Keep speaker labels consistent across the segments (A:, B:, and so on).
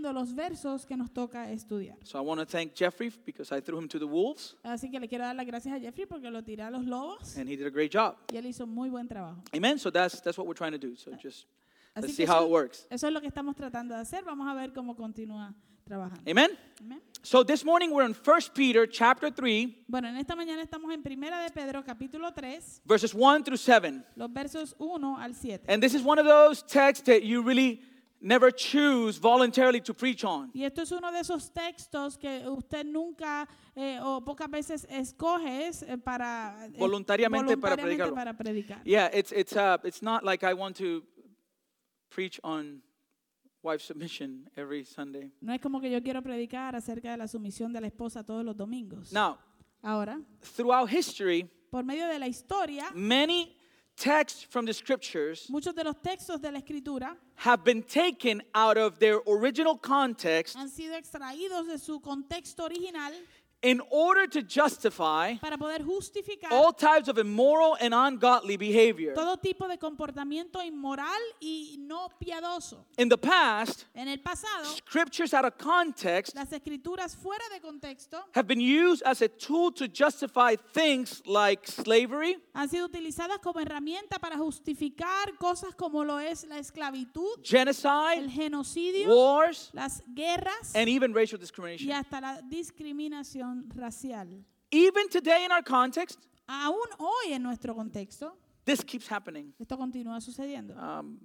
A: los versos que nos toca estudiar.
B: So I want to thank Jeffrey because I threw him to the wolves
A: Así que le quiero dar las gracias a Jeffrey porque lo tiré a los lobos
B: and he did a great job.
A: y él hizo muy buen trabajo.
B: Amen. So that's that's what we're trying to do. So just
A: Así
B: let's
A: que
B: see how it
A: eso,
B: works.
A: eso es lo que estamos tratando de hacer. Vamos a ver cómo continúa trabajando.
B: Amen.
A: Amén.
B: So this morning we're in 1 Peter chapter 3
A: Bueno, en esta mañana estamos en Primera de Pedro capítulo 3,
B: verses 1 through 7.
A: los versos 1 al 7.
B: And this is one of those texts that you really never choose voluntarily to preach on.
A: Y esto es uno de esos textos que usted nunca eh, o pocas veces escoges eh, para eh,
B: Voluntariamente para
A: voluntariamente
B: predicarlo.
A: para predicar.
B: Yeah, it's it's uh it's not like I want to preach on wife submission every Sunday.
A: No es como que yo quiero predicar acerca de la sumisión de la esposa todos los domingos.
B: Now,
A: Ahora,
B: throughout history,
A: por medio de la historia,
B: many texts from the scriptures
A: muchos de los textos de la escritura
B: have been taken out of their original context
A: han sido extraídos de su contexto original
B: in order to justify
A: para poder justificar
B: all types of immoral and ungodly behavior.
A: todo tipo de comportamiento inmoral y no piadoso.
B: In the past,
A: En el pasado,
B: scriptures out of context
A: las escrituras fuera de contexto
B: have been used as a tool to justify things like slavery,
A: han sido utilizadas como herramienta para justificar cosas como lo es la esclavitud, el
B: genocide, Oh.
A: genocidio,
B: wars,
A: las guerras
B: and even racial
A: y
B: discrimination.
A: hasta la discriminación racial.
B: Even today in our context,
A: Aún hoy en nuestro contexto,
B: this keeps happening.
A: esto continúa sucediendo.
B: Um,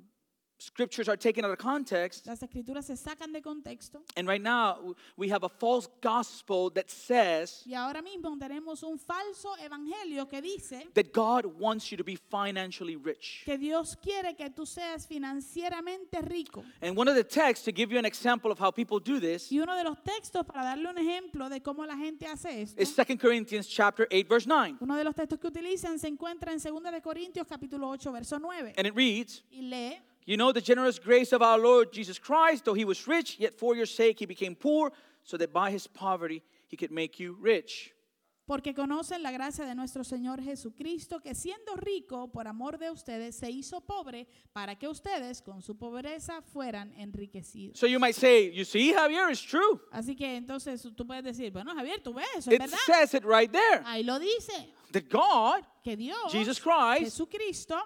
B: scriptures are taken out of context
A: Las escrituras se sacan de contexto
B: And right now, w- we have a false gospel that says
A: y ahora mismo tenemos un falso evangelio que dice
B: that God wants you to be financially rich.
A: que Dios quiere que tú seas financieramente rico.
B: And one of the texts to give you an example of how people do this
A: Y uno de los textos para darle un ejemplo de cómo la gente hace esto,
B: is 2 Corinthians chapter 8 verse 9.
A: uno de los textos que utilizan se encuentra en 2 de Corintios capítulo 8 verso 9
B: And it reads,
A: y lee
B: "You know the generous grace of our Lord Jesus Christ, though he was rich, yet for your sake he became poor, so that by his poverty he could make you rich."
A: Porque conocen la gracia de nuestro Señor Jesucristo, que siendo rico por amor de ustedes, se hizo pobre para que ustedes con su pobreza fueran enriquecidos.
B: So you might say, "You see, Javier, it's true.
A: Así que entonces tú puedes decir, bueno Javier, tú ves, eso es
B: It
A: verdad. Ah.
B: says it right there.
A: Ahí lo dice,
B: That God,
A: que Dios,
B: Jesus Christ,
A: Jesucristo,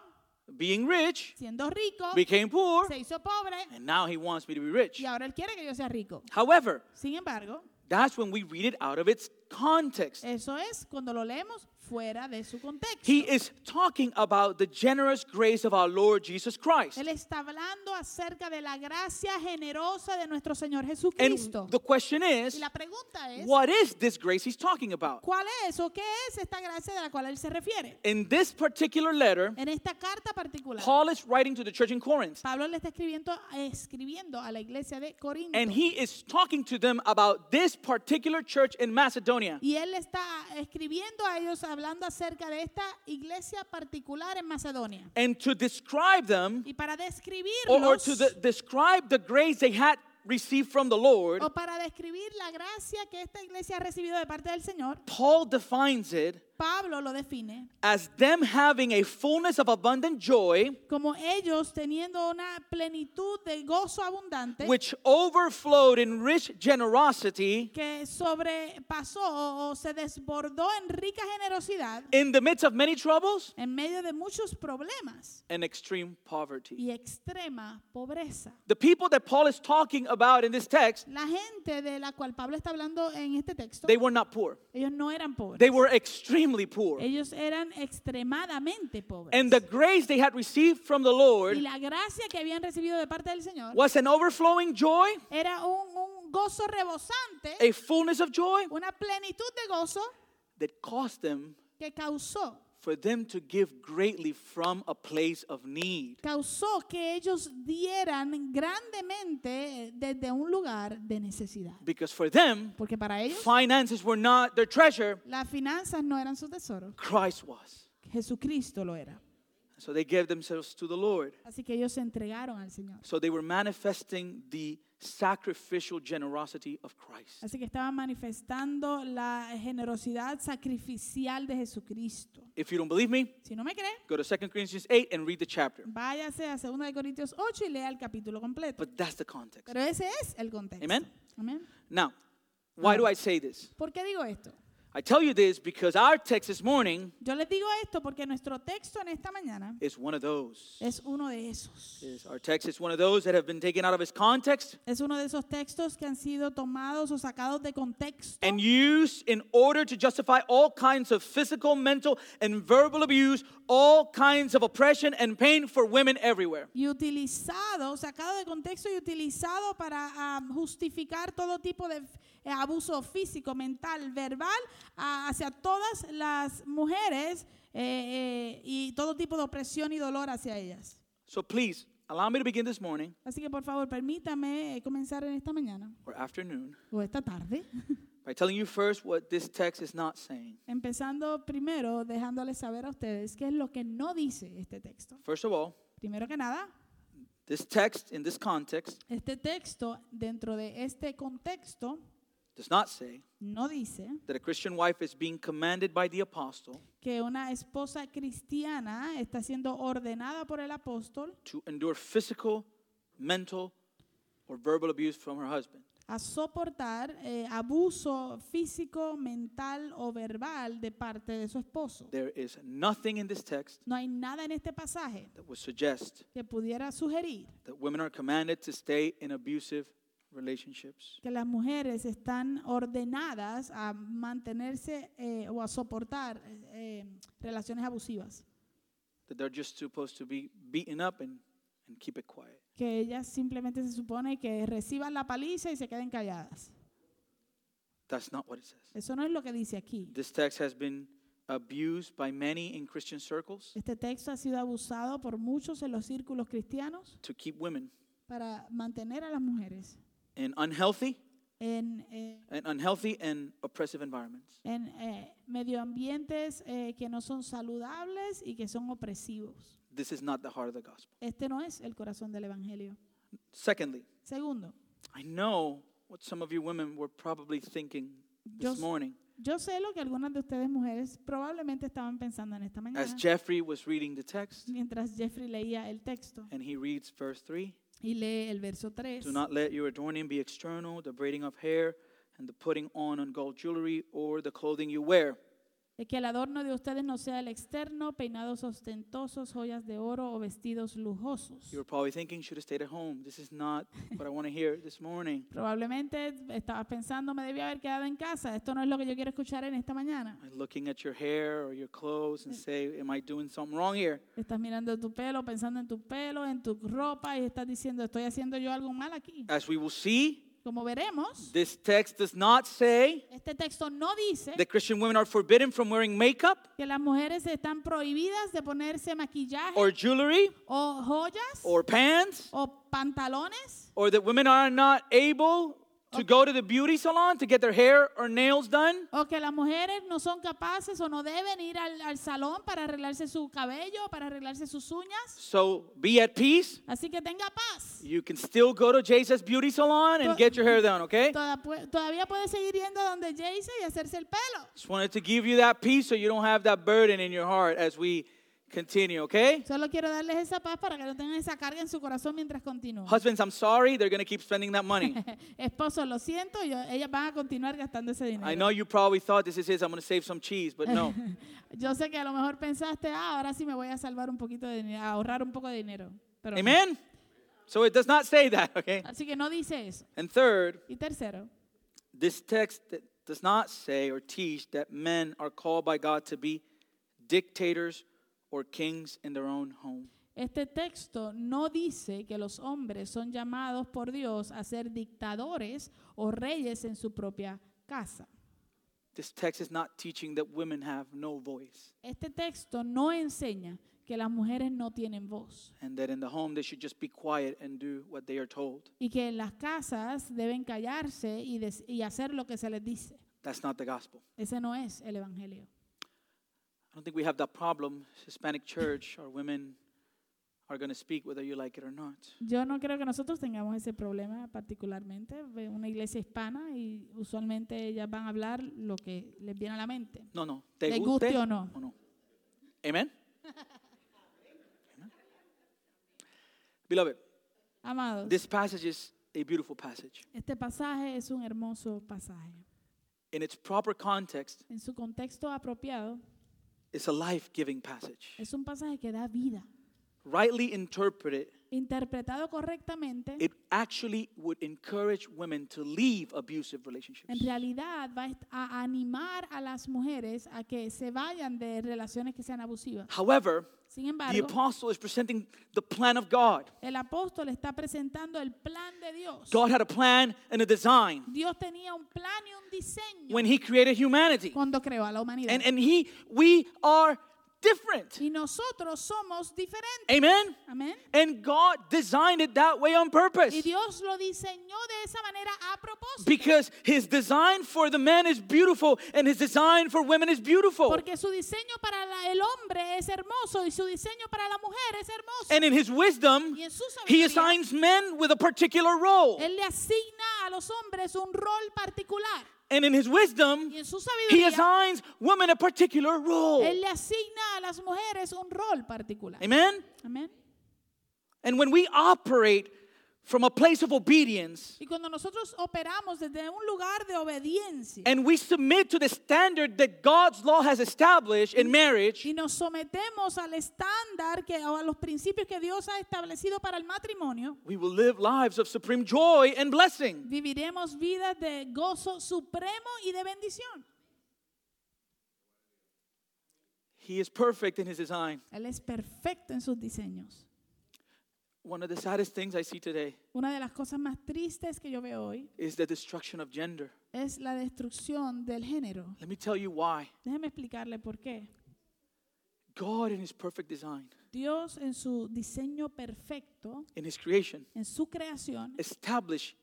B: being rich,
A: siendo rico,
B: became poor."
A: se hizo pobre
B: And now he wants me to be rich.
A: y ahora Él quiere que yo sea rico.
B: However,
A: Sin embargo,
B: that's when we read it out of its context.
A: eso es cuando lo leemos fuera de su contexto.
B: He is talking about the generous grace of our Lord Jesus Christ.
A: Él está hablando acerca de la gracia generosa de nuestro Señor
B: And
A: Jesucristo.
B: the question
A: Y
B: is,
A: la pregunta es,
B: what is this grace he's talking about?
A: ¿cuál es o qué es esta gracia de la cual él se refiere?
B: In this particular letter,
A: En esta carta particular,
B: Paul is writing to the church in Corinth,
A: Pablo le está escribiendo, escribiendo a la iglesia de Corinto.
B: and he is talking to them about this particular church in Macedonia.
A: Y él está escribiendo a ellos hablando acerca de esta iglesia particular en Macedonia.
B: And to describe them,
A: Y para describirlos,
B: Oh, or, or to the- describe the grace they had received from the Lord,
A: o para describir la gracia que esta iglesia ha recibido de parte del Señor,
B: Paul defines it
A: Pablo lo define
B: as them having a fullness of abundant joy,
A: como ellos teniendo una plenitud de gozo abundante.
B: which overflowed in rich generosity
A: que sobrepasó o, o se desbordó en rica generosidad
B: in the midst of many troubles
A: en medio de muchos problemas
B: and extreme poverty.
A: y extrema pobreza.
B: The people that Paul is talking about in this text,
A: La gente de la cual Pablo está hablando en este texto,
B: they were not poor.
A: ellos no eran pobres.
B: They were extremely poor.
A: Ellos eran extremadamente pobres.
B: And the grace they had received from the
A: y
B: Lord
A: la gracia que habían recibido de parte del Señor
B: was an overflowing joy,
A: era un, un gozo rebosante,
B: a fullness of joy
A: una plenitud de gozo
B: that caused them
A: que causó
B: for them to give greatly from a place of need.
A: causó que ellos dieran grandemente eh, desde un lugar de necesidad.
B: Because for them,
A: Porque para ellos
B: finances were not their treasure,
A: las finanzas no eran su tesoro,
B: Christ was.
A: Jesucristo lo era.
B: So they gave themselves to the Lord.
A: Así que ellos se entregaron al Señor.
B: So they were manifesting the sacrificial generosity of Christ.
A: Así que estaban manifestando la generosidad sacrificial de Jesucristo.
B: If you don't believe me,
A: Si no me cree,
B: go to 2 Corinthians 8 and read the chapter.
A: váyase a 2 de Corintios 8 y lea el capítulo completo.
B: But that's the context.
A: Pero ese es el contexto.
B: Amen.
A: Amén.
B: Now, why do I say this?
A: ¿Por qué digo esto?
B: I tell you this because our text this morning
A: Yo les digo esto porque nuestro texto en esta mañana
B: is one of those.
A: es uno de esos.
B: Is our text is one of those that have been taken out of its context
A: Es uno de esos textos que han sido tomados o sacados de contexto
B: and used in order to justify all kinds of physical, mental, and verbal abuse, all kinds of oppression and pain for women everywhere.
A: y utilizado, sacado de contexto y utilizado para ah, justificar todo tipo de eh, abuso físico, mental, verbal ah, hacia todas las mujeres eh, eh, y todo tipo de opresión y dolor hacia ellas.
B: So please allow me to begin this morning
A: Así que por favor, permítame eh, comenzar en esta mañana
B: or afternoon
A: o esta tarde,
B: by telling you first what this text is not saying.
A: empezando primero dejándoles saber a ustedes qué es lo que no dice este texto.
B: First of all,
A: Primero que nada,
B: this text in this context
A: este texto dentro de este contexto
B: does not say
A: no dice
B: that a Christian wife is being commanded by the apostle
A: que una esposa cristiana está siendo ordenada por el apóstol
B: to endure physical, mental, or verbal abuse from her husband.
A: a soportar eh, abuso físico, mental o verbal de parte de su esposo.
B: There is nothing in this text
A: No hay nada en este pasaje
B: that would suggest
A: que pudiera sugerir
B: that women are commanded to stay in abusive relationships.
A: que las mujeres están ordenadas a mantenerse eh, o a soportar eh, relaciones abusivas,
B: That they're just supposed to be beaten up and, and keep it quiet.
A: que ellas simplemente se supone que reciban la paliza y se queden calladas.
B: That's not what it says.
A: Eso no es lo que dice aquí.
B: This text has been abused by many in Christian circles
A: Este texto ha sido abusado por muchos en los círculos cristianos
B: to keep women
A: para mantener a las mujeres
B: in unhealthy
A: en, eh,
B: and unhealthy and oppressive environments.
A: en, eh, medio ambientes eh, que no son saludables y que son opresivos.
B: This is not the heart of the gospel.
A: Este no es el corazón del Evangelio.
B: Secondly,
A: Segundo,
B: I know what some of you women were probably thinking this
A: Yo-
B: morning
A: yo sé lo que algunas de ustedes mujeres probablemente estaban pensando en esta mañana
B: as Jeffrey was reading the text
A: mientras Jeffrey leía el texto
B: and he reads verse 3.
A: y lee el verso 3.
B: Do not let your adorning be external, the braiding of hair and the putting on on gold jewelry or the clothing you wear.
A: De que el adorno de ustedes no sea el externo, peinados ostentosos, joyas de oro o vestidos lujosos.
B: You were probably thinking, should have stayed at home. This is not what I want to hear this morning.
A: Probablemente estabas pensando, me debía haber quedado en casa. Esto no es lo que yo quiero escuchar en esta mañana.
B: And looking at your hair or your clothes and say, am I doing something wrong here?
A: Estás mirando tu pelo, pensando en tu pelo, en tu ropa y estás diciendo, estoy haciendo yo algo mal aquí.
B: As we will see,
A: Como veremos,
B: this text does not say
A: este texto no dice
B: that Christian women are forbidden from wearing makeup
A: que las mujeres están prohibidas de ponerse maquillaje
B: or jewelry
A: o joyas
B: or pants
A: o pantalones
B: or that women are not able to go to the beauty salon to get their hair or nails done.
A: o que las mujeres no son capaces o no deben ir al, al salón para arreglarse su cabello, para arreglarse sus uñas.
B: So be at peace.
A: Así que tenga paz.
B: You can still go to JSS Beauty Salon and get your hair done, okay?
A: Toda- pu- todavía puede seguir yendo a donde Jayce y hacerse el pelo.
B: Just wanted to give you that peace so you don't have that burden in your heart as we continue, okay?
A: Solo quiero darles esa paz para que no tengan esa carga en su corazón mientras continúen.
B: Husbands, I'm sorry, they're gonna keep spending that money.
A: Esposo, lo siento, yo- ellas van a continuar gastando ese dinero.
B: I know you probably thought this is it, I'm gonna save some cheese, but no.
A: Yo sé que a lo mejor pensaste, ah, ahora sí me voy a salvar un poquito de dinero, a ahorrar un poco de dinero. Pero no.
B: Amen? So it does not say that, okay?
A: Así que no dice eso.
B: And third,
A: Y tercero,
B: this text that does not say or teach that men are called by God to be dictators or kings in their own home.
A: este texto no dice que los hombres son llamados por Dios a ser dictadores o reyes en su propia casa.
B: This text is not teaching that women have no voice
A: Este texto no enseña que las mujeres no tienen voz
B: and that in the home they should just be quiet and do what they are told.
A: y que en las casas deben callarse y, des- y hacer lo que se les dice.
B: That's not the gospel.
A: Ese no es el Evangelio.
B: I don't think we have that problem. Hispanic church, our women are going to speak whether you like it or not.
A: Yo no creo que nosotros tengamos ese problema particularmente. Ve Una iglesia hispana y usualmente ellas van a hablar lo que les viene a la mente.
B: No, no. ¿Te
A: Le
B: guste,
A: guste o no.
B: o no? Amen? Amen? Beloved,
A: Amados,
B: this passage is a beautiful passage.
A: este pasaje es un hermoso pasaje.
B: In its proper context,
A: En su contexto apropiado,
B: it's a life giving passage.
A: es un pasaje que da vida.
B: Rightly interpreted,
A: Interpretado correctamente,
B: it actually would encourage women to leave abusive relationships.
A: en realidad va a est- a animar a las mujeres a que se vayan de relaciones que sean abusivas.
B: However,
A: Sin
B: the
A: embargo,
B: apostle is presenting the plan of God.
A: el apóstol está presentando el plan de Dios.
B: God had a plan and a design
A: Dios tenía un plan y un diseño
B: when he created humanity.
A: cuando creó a la humanidad.
B: And and he we are different.
A: y nosotros somos diferentes.
B: Amen.
A: Amén.
B: And God designed it that way on purpose.
A: Y Dios lo diseñó de esa manera a propósito.
B: Because his design for the man is beautiful and his design for women is beautiful.
A: Porque su diseño para la- el hombre es hermoso y su diseño para la mujer es hermoso.
B: And in his wisdom,
A: Y en su
B: he
A: sabiduría,
B: assigns men with a particular role.
A: él le asigna a los hombres un rol particular.
B: And in his wisdom,
A: Y en su
B: he
A: sabiduría,
B: assigns women a particular role.
A: él le asigna a las mujeres un rol particular.
B: Amen.
A: Amén.
B: And when we operate from a place of obedience
A: Y cuando nosotros operamos desde un lugar de obediencia
B: and we submit to the standard that God's law has established in marriage,
A: y nos sometemos al estándar que, o a los principios que Dios ha establecido para el matrimonio,
B: we will live lives of supreme joy and blessing.
A: viviremos vidas de gozo supremo y de bendición.
B: He is perfect in his design.
A: Él es perfecto en sus diseños.
B: One of the saddest things I see today
A: Una de las cosas más tristes que yo veo hoy
B: is the destruction of gender.
A: es la destrucción del género.
B: Let me tell you why.
A: Déjeme explicarle por qué.
B: God, in his perfect design,
A: Dios en su diseño perfecto,
B: in his creation,
A: en su creación,
B: established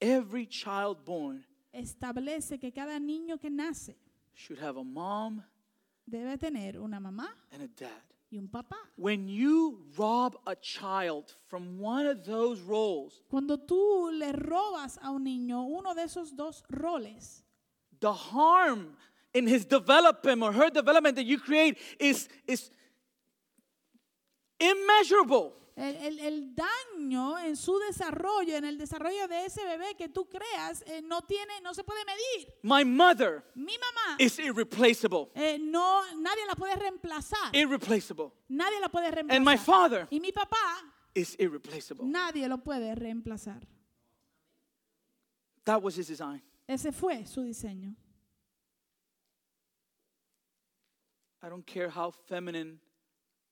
B: every child born
A: establece que cada niño que nace
B: should have a mom
A: debe tener una mamá
B: and a dad.
A: y un papá.
B: When you rob a child from one of those roles,
A: Cuando tú le robas a un niño uno de esos dos roles,
B: the harm in his development or her development that you create is, is immeasurable.
A: el, el- el daño en su desarrollo, en el desarrollo de ese bebé que tú creas, eh, no tiene, no se puede medir.
B: My mother
A: Mi mamá,
B: is irreplaceable.
A: eh, no, nadie la puede reemplazar.
B: Irreplaceable.
A: Nadie la puede
B: And my
A: reemplazar.
B: father
A: Y mi papá,
B: is irreplaceable.
A: nadie lo puede reemplazar.
B: That was his design.
A: Ese fue su diseño.
B: I don't care how feminine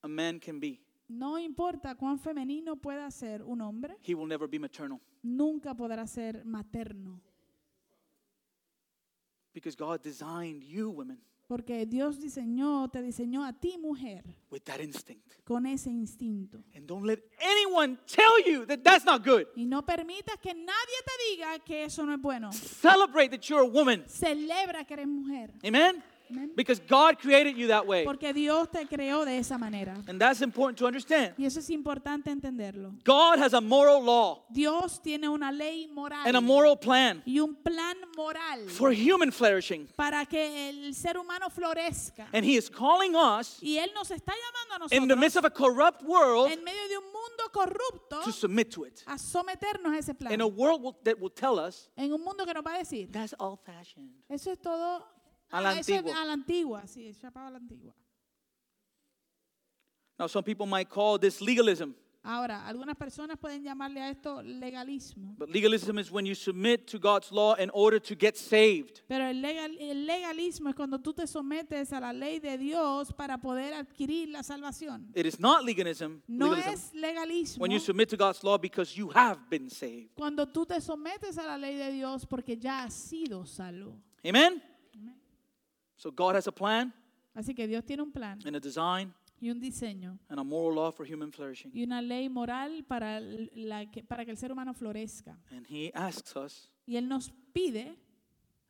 B: a man can be,
A: No importa cuán femenino pueda ser un hombre,
B: he will never be maternal
A: nunca podrá ser materno.
B: because God designed you, women,
A: Porque Dios diseñó, te diseñó a ti mujer
B: with that instinct.
A: con ese instinto.
B: And don't let anyone tell you that that's not good.
A: Y no permitas que nadie te diga que eso no es bueno.
B: Celebrate that you're a woman.
A: Celebra que eres mujer.
B: Amen?
A: Amen.
B: Because God created you that way.
A: Porque Dios te creó de esa manera.
B: And that's important to understand.
A: Y eso es importante entenderlo.
B: God has a moral law
A: Dios tiene una ley
B: and a
A: moral
B: moral plan
A: y un plan moral
B: for human flourishing.
A: para que el ser humano florezca.
B: And He is calling us,
A: Y Él nos está llamando a
B: in the
A: nosotros
B: midst of a corrupt world,
A: en medio de un mundo corrupto
B: to submit to it.
A: a someternos a ese plan.
B: In a world will- that will tell us
A: En un mundo que nos va a decir,
B: that's old fashioned.
A: eso es todo
B: A la
A: ah, eso es
B: antigua.
A: a la antigua, sí, es chapado a la antigua.
B: Now, some people might call this legalism,
A: Ahora, algunas personas pueden llamarle a esto legalismo,
B: but legalism is when you submit to God's law in order to get saved.
A: pero el, legal- el legalismo es cuando tú te sometes a la ley de Dios para poder adquirir la salvación.
B: It is not legalism,
A: No
B: legalism
A: es legalismo
B: when you submit to God's law because you have been saved.
A: cuando tú te sometes a la ley de Dios porque ya has sido salvo.
B: Amen? So, God has a plan
A: Así que Dios tiene un plan
B: and a design
A: y un diseño
B: and a moral law for human flourishing.
A: y una ley moral para, el- la que, para que el ser humano florezca.
B: And He asks us
A: Y Él nos pide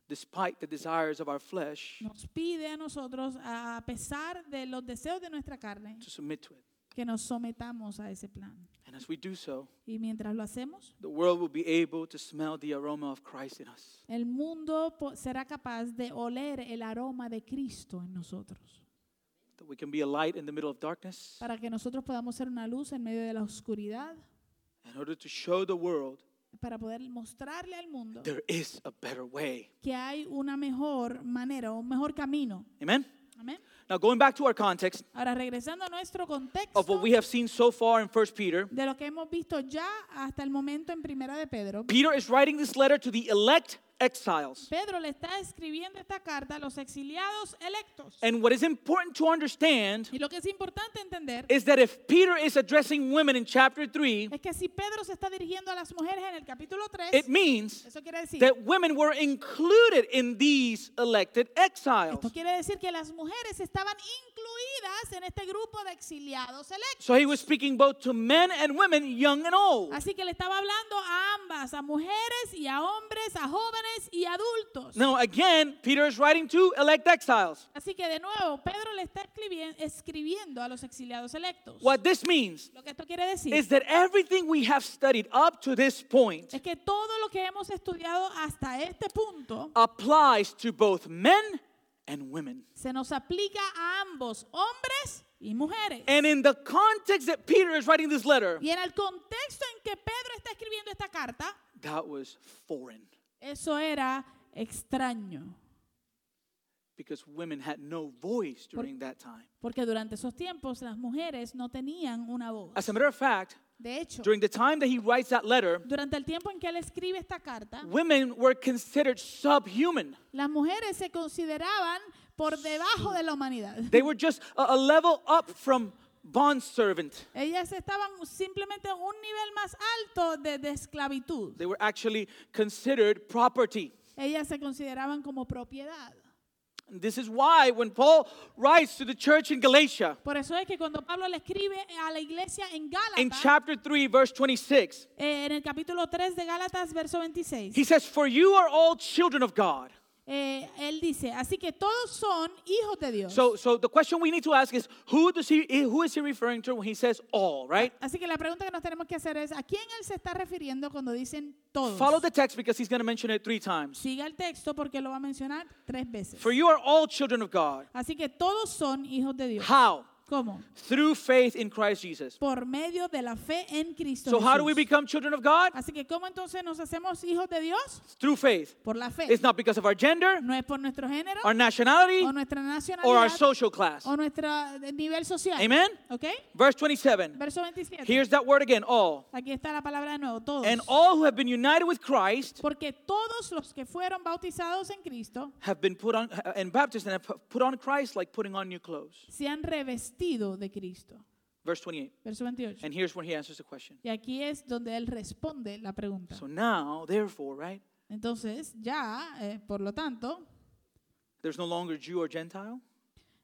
B: despite the desires of our flesh,
A: Nos pide a nosotros, a a pesar de los deseos de nuestra carne,
B: to submit to it.
A: que nos sometamos a ese plan.
B: And as we do so,
A: Y mientras lo hacemos,
B: the world will be able to smell the aroma of Christ in us.
A: el mundo po- será capaz de oler el aroma de Cristo en nosotros,
B: That we can be a light in the middle of darkness
A: para que nosotros podamos ser una luz en medio de la oscuridad,
B: in order to show the world
A: para poder mostrarle al mundo
B: there is a better way.
A: que hay una mejor manera, un mejor camino.
B: Amen?
A: Amén.
B: Now, going back to our context
A: Ahora regresando a nuestro contexto
B: of what we have seen so far in 1 Peter,
A: de lo que hemos visto ya hasta el momento en Primera de Pedro,
B: Peter is writing this letter to the elect exiles.
A: Pedro le está escribiendo esta carta a los exiliados electos.
B: And what is important to understand
A: Y lo que es importante entender
B: is that if Peter is addressing women in chapter 3,
A: es que si Pedro se está dirigiendo a las mujeres en el capítulo 3,
B: it means
A: eso quiere decir,
B: that women were included in these elected exiles.
A: esto quiere decir que las mujeres estaban incluidas en este grupo de exiliados electos.
B: So he was speaking both to men and women, young and old.
A: Así que le estaba hablando a ambas, a mujeres y a hombres, a jóvenes y adultos.
B: Now, again, Peter is writing to elect exiles.
A: Así que de nuevo, Pedro le está escribi- escribiendo a los exiliados electos.
B: What this means
A: Lo que esto quiere decir
B: is that everything we have studied up to this point
A: es que todo lo que hemos estudiado hasta este punto
B: applies to both men and women.
A: se nos aplica a ambos, hombres y mujeres.
B: And in the context that Peter is writing this letter,
A: Y en el contexto en que Pedro está escribiendo esta carta,
B: that was foreign
A: eso era extraño,
B: because women had no voice during that time.
A: porque durante esos tiempos las mujeres no tenían una voz.
B: As a matter of fact,
A: De hecho,
B: during the time that he writes that letter,
A: durante el tiempo en que él escribe esta carta,
B: women were considered subhuman.
A: las mujeres se consideraban por debajo de la humanidad.
B: They were just a, a level up from bondservant.
A: Ellas estaban simplemente a un nivel más alto de, de esclavitud.
B: They were actually considered property.
A: Ellas se consideraban como propiedad.
B: And this is why when Paul writes to the church in Galatia
A: Por eso es que cuando Pablo le escribe a la iglesia en
B: in
A: Gálatas,
B: chapter 3 verse 26,
A: eh, en el capítulo 3 de Gálatas, verso 26,
B: he says, "For you are all children of God."
A: eh, él dice, así que todos son hijos de Dios.
B: So so the question we need to ask is who does he who is he referring to when he says all, right?
A: así que la pregunta que nos tenemos que hacer es, ¿a quién él se está refiriendo cuando dicen
B: Follow
A: todos?
B: the text because he's going to mention it 3 times.
A: Siga el texto porque lo va a mencionar tres veces.
B: For you are all children of God.
A: Así que todos son hijos de Dios.
B: How?
A: ¿Cómo?
B: Through faith in Christ Jesus.
A: Por medio de la fe en Cristo.
B: So how do we
A: Jesús.
B: become children of God?
A: Así que ¿cómo entonces nos hacemos hijos de Dios?
B: Through faith.
A: Por la fe.
B: It's not because of our gender,
A: No es por nuestro género
B: our nationality,
A: o nuestra
B: or our
A: nacionalidad
B: social class.
A: o nuestro eh, nivel social.
B: Amen.
A: ¿Ok?
B: Verse 27.
A: Verso 27.
B: Here's that word again, all.
A: Aquí está la palabra de nuevo, todos.
B: And all who have been united with Christ
A: Porque todos los que fueron bautizados en Cristo
B: have been put on and baptized and have pu- put on Christ like putting on new clothes.
A: se han revestido de Cristo.
B: Verse 28.
A: Verso 28.
B: And here's where he answers the question.
A: Y aquí es donde él responde la pregunta.
B: So now, therefore, right?
A: Entonces, ya, eh, por lo tanto,
B: There's no longer Jew or Gentile,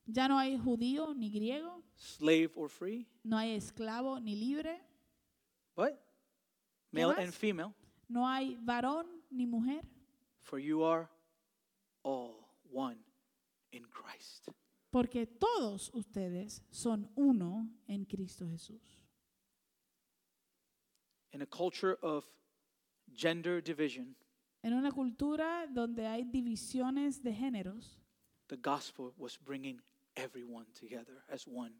A: ya no hay judío ni griego,
B: slave or free,
A: no hay esclavo ni libre,
B: but male
A: más?
B: and female,
A: no hay varón ni mujer,
B: for you are all one in Christ.
A: porque todos ustedes son uno en Cristo Jesús.
B: In a culture of gender division,
A: En una cultura donde hay divisiones de géneros,
B: the gospel was bringing everyone together as one.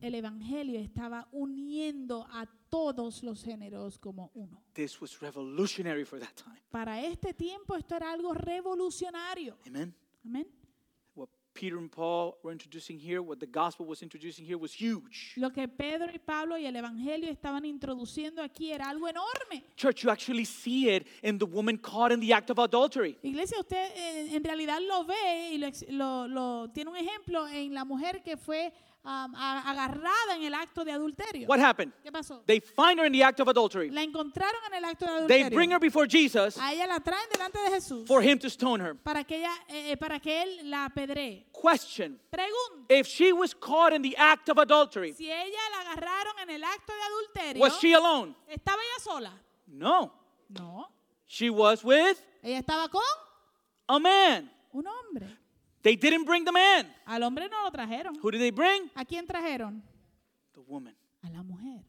A: el evangelio estaba uniendo a todos los géneros como uno.
B: This was revolutionary for that time.
A: Para este tiempo esto era algo revolucionario.
B: Amen.
A: Amén.
B: What Peter and Paul were introducing here, what the gospel was introducing here, was huge.
A: Lo que Pedro y Pablo y el evangelio estaban introduciendo aquí era algo enorme.
B: Church, you actually see it in the woman caught in the act of adultery.
A: Iglesia, usted eh, en realidad lo ve y lo, ex- lo- lo- tiene un ejemplo en la mujer que fue um, a- agarrada en el acto de adulterio.
B: What happened?
A: ¿Qué pasó?
B: They find her in the act of adultery.
A: La encontraron en el acto de
B: They
A: adulterio.
B: bring her before Jesus
A: A ella la traen delante de Jesús
B: for him to stone her.
A: para que ella, eh, eh, para que él la apedree.
B: Question
A: Pregunta.
B: If she was caught in the act of adultery,
A: Si ella la agarraron en el acto de adulterio,
B: was she alone?
A: ¿estaba ella sola?
B: No.
A: No.
B: She was with
A: Ella estaba con
B: a man.
A: Un hombre.
B: They didn't bring the man.
A: Al hombre no lo trajeron.
B: Who did they bring?
A: ¿A quién trajeron?
B: The woman.
A: A la mujer.